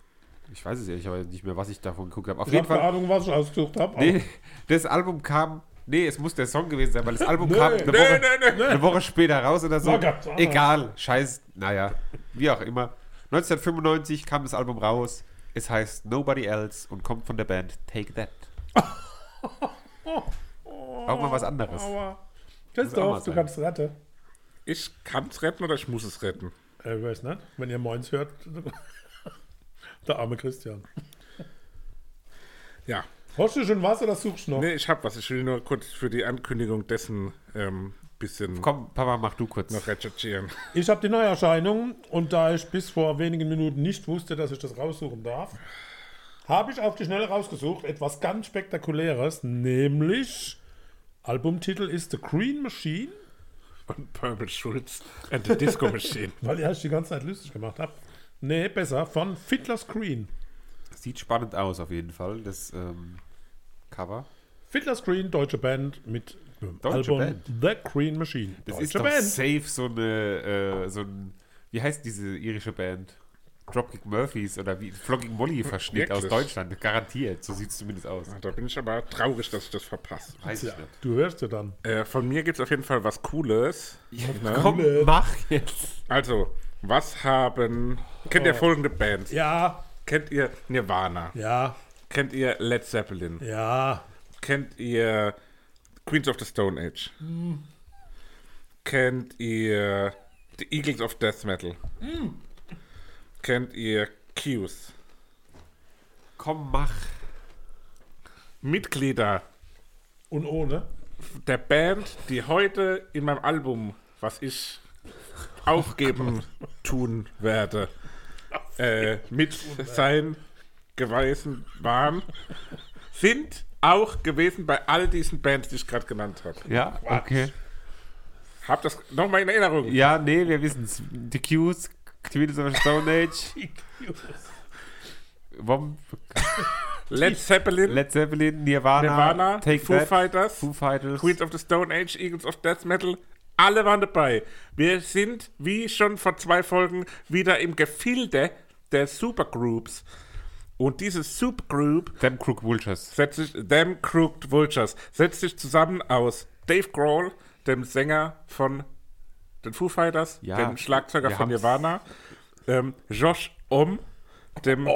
Ich weiß es ehrlicherweise nicht mehr, was ich davon geguckt habe. Auf Ich jeden habe keine Fall, Ahnung, was ich ausgesucht habe. nee, das Album kam, nee, es muss der Song gewesen sein, weil das Album Nee, kam eine nee, Woche, eine Woche später raus oder so. Na, gab's auch. Egal, scheiß, naja, wie auch immer. 1995 kam das Album raus. Es heißt Nobody Else und kommt von der Band Take That. Auch mal was anderes. Aber auch mal Christoph, du sein. kannst Ratte. Ich kann es retten oder ich muss es retten. Äh, ich weiß nicht. Wenn ihr Moins hört, der arme Christian. Ja. Hast du schon was oder suchst noch? Nee, ich habe was. Ich will nur kurz für die Ankündigung dessen ähm, bisschen Komm, Papa, mach du kurz. noch recherchieren. Ich habe die Neuerscheinung und da ich bis vor wenigen Minuten nicht wusste, dass ich das raussuchen darf, habe ich auf die Schnelle rausgesucht etwas ganz Spektakuläres, nämlich Albumtitel ist The Green Machine, Und Purple Schulz and the Disco Machine. weil ihr euch die ganze Zeit lustig gemacht habt. Nee, besser, von Fiddler's Green. Sieht spannend aus auf jeden Fall, das ähm, Cover. Fiddler's Green, deutsche Band mit dem Deutsche Album Band. The Green Machine. Das ist doch safe so eine, äh, so ein, wie heißt diese irische Band? Dropkick Murphys oder wie Flogging Molly Verschnitt aus Wirklich? Deutschland, garantiert. So sieht es zumindest aus. Da bin ich aber traurig, dass ich das verpasse. Weiß ich Ja, nicht. du hörst ja dann. Äh, von mir gibt es auf jeden Fall was Cooles. Komm, mach jetzt. Also, Was haben. Kennt ihr folgende Bands? Ja, Kennt ihr Nirvana? ja, Kennt ihr Led Zeppelin? ja. Kennt ihr Queens of the Stone Age? Kennt ihr The Eagles of Death Metal? Kennt ihr Q's? Komm, mach. Mitglieder Und ohne? der Band, die heute in meinem Album, was ich aufgeben tun werde, äh, mit sein gewesen waren, sind auch gewesen bei all diesen Bands, die ich gerade genannt habe. Ja, okay. Hab das nochmal in Erinnerung. Ja, nee, wir wissen es. Die Qs, Queens of the Stone Age, Bomb, Led Zeppelin, Led Zeppelin, Nirvana, Nirvana, Take Foo That, Fighters, Foo Fighters. Queens of the Stone Age, Eagles of Death Metal, alle waren dabei. Wir sind, wie schon vor zwei Folgen, wieder im Gefilde der Supergroups. Und diese Supergroup Them Crook Vultures. setzt sich, Them Crooked Vultures, setzt sich zusammen aus Dave Grohl, dem Sänger von den Foo Fighters, Ja, dem Schlagzeuger wir von haben's. Nirvana, ähm, Josh Om, dem,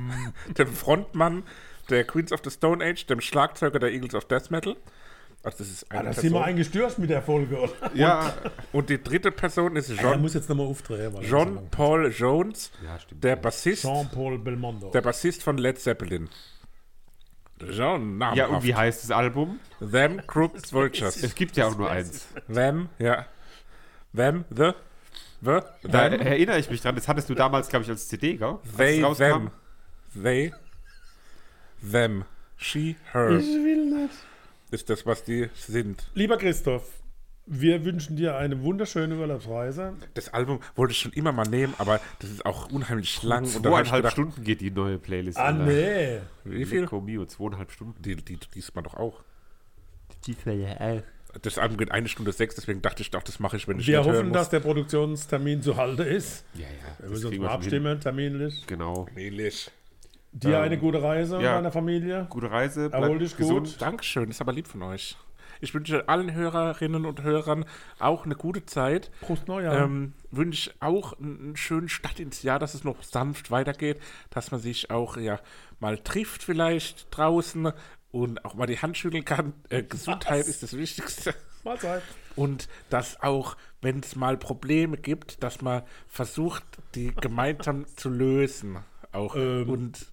dem Frontmann der Queens of the Stone Age, dem Schlagzeuger der Eagles of Death Metal. Also das ist Ah, eine da sind wir Person. eingestürzt mit der Folge, oder? Ja, Und die dritte Person ist Er John, muss jetzt nochmal aufdrehen. weil er so John lang- Paul Jones, Ja, stimmt. der Bassist, Jean-Paul Belmondo. der Bassist von Led Zeppelin. John, Name. ja, und wie heißt das Album? Them Crooked Vultures. Es gibt ja auch nur eins. Them, ja. Them, the, the, Da them, erinnere ich mich dran. Das hattest du damals, glaube ich, als CD, gell? Als they, es rauskam. them. They, them. She, her. Ist das, was die sind. Lieber Christoph, wir wünschen dir eine wunderschöne Urlaubsreise. Das Album wollte ich schon immer mal nehmen, aber das ist auch unheimlich lang. Und dann hab ich Zweieinhalb gedacht, Stunden geht die neue Playlist. Ah, Alter. nee. wie viel? Lecco Mio, zweieinhalb Stunden. Die, die, diesmal doch auch. Die ja Das Album geht eine Stunde sechs, deswegen dachte ich doch, das mache ich, wenn ich Wir nicht hoffen, hören dass der Produktionstermin zu halten ist. Ja, ja. Wir müssen uns mal kriegen schon hin. abstimmen, terminlich. Genau. muss. Ähnlich. Dir eine gute Reise ja. und deiner Familie. Gute Reise, Erhol bleib dich gesund. gut. Dankeschön, ist aber lieb von euch. Ich wünsche allen Hörerinnen und Hörern auch eine gute Zeit. Prost Neujahr. ähm, wünsche ich auch einen einen schönen Start ins Jahr, dass es noch sanft weitergeht, dass man sich auch ja mal trifft vielleicht draußen und auch mal die Hand schütteln kann. Äh, Gesundheit ist das Wichtigste. Mahlzeit. Und dass auch, wenn es mal Probleme gibt, dass man versucht, die gemeinsam zu lösen auch Ähm, und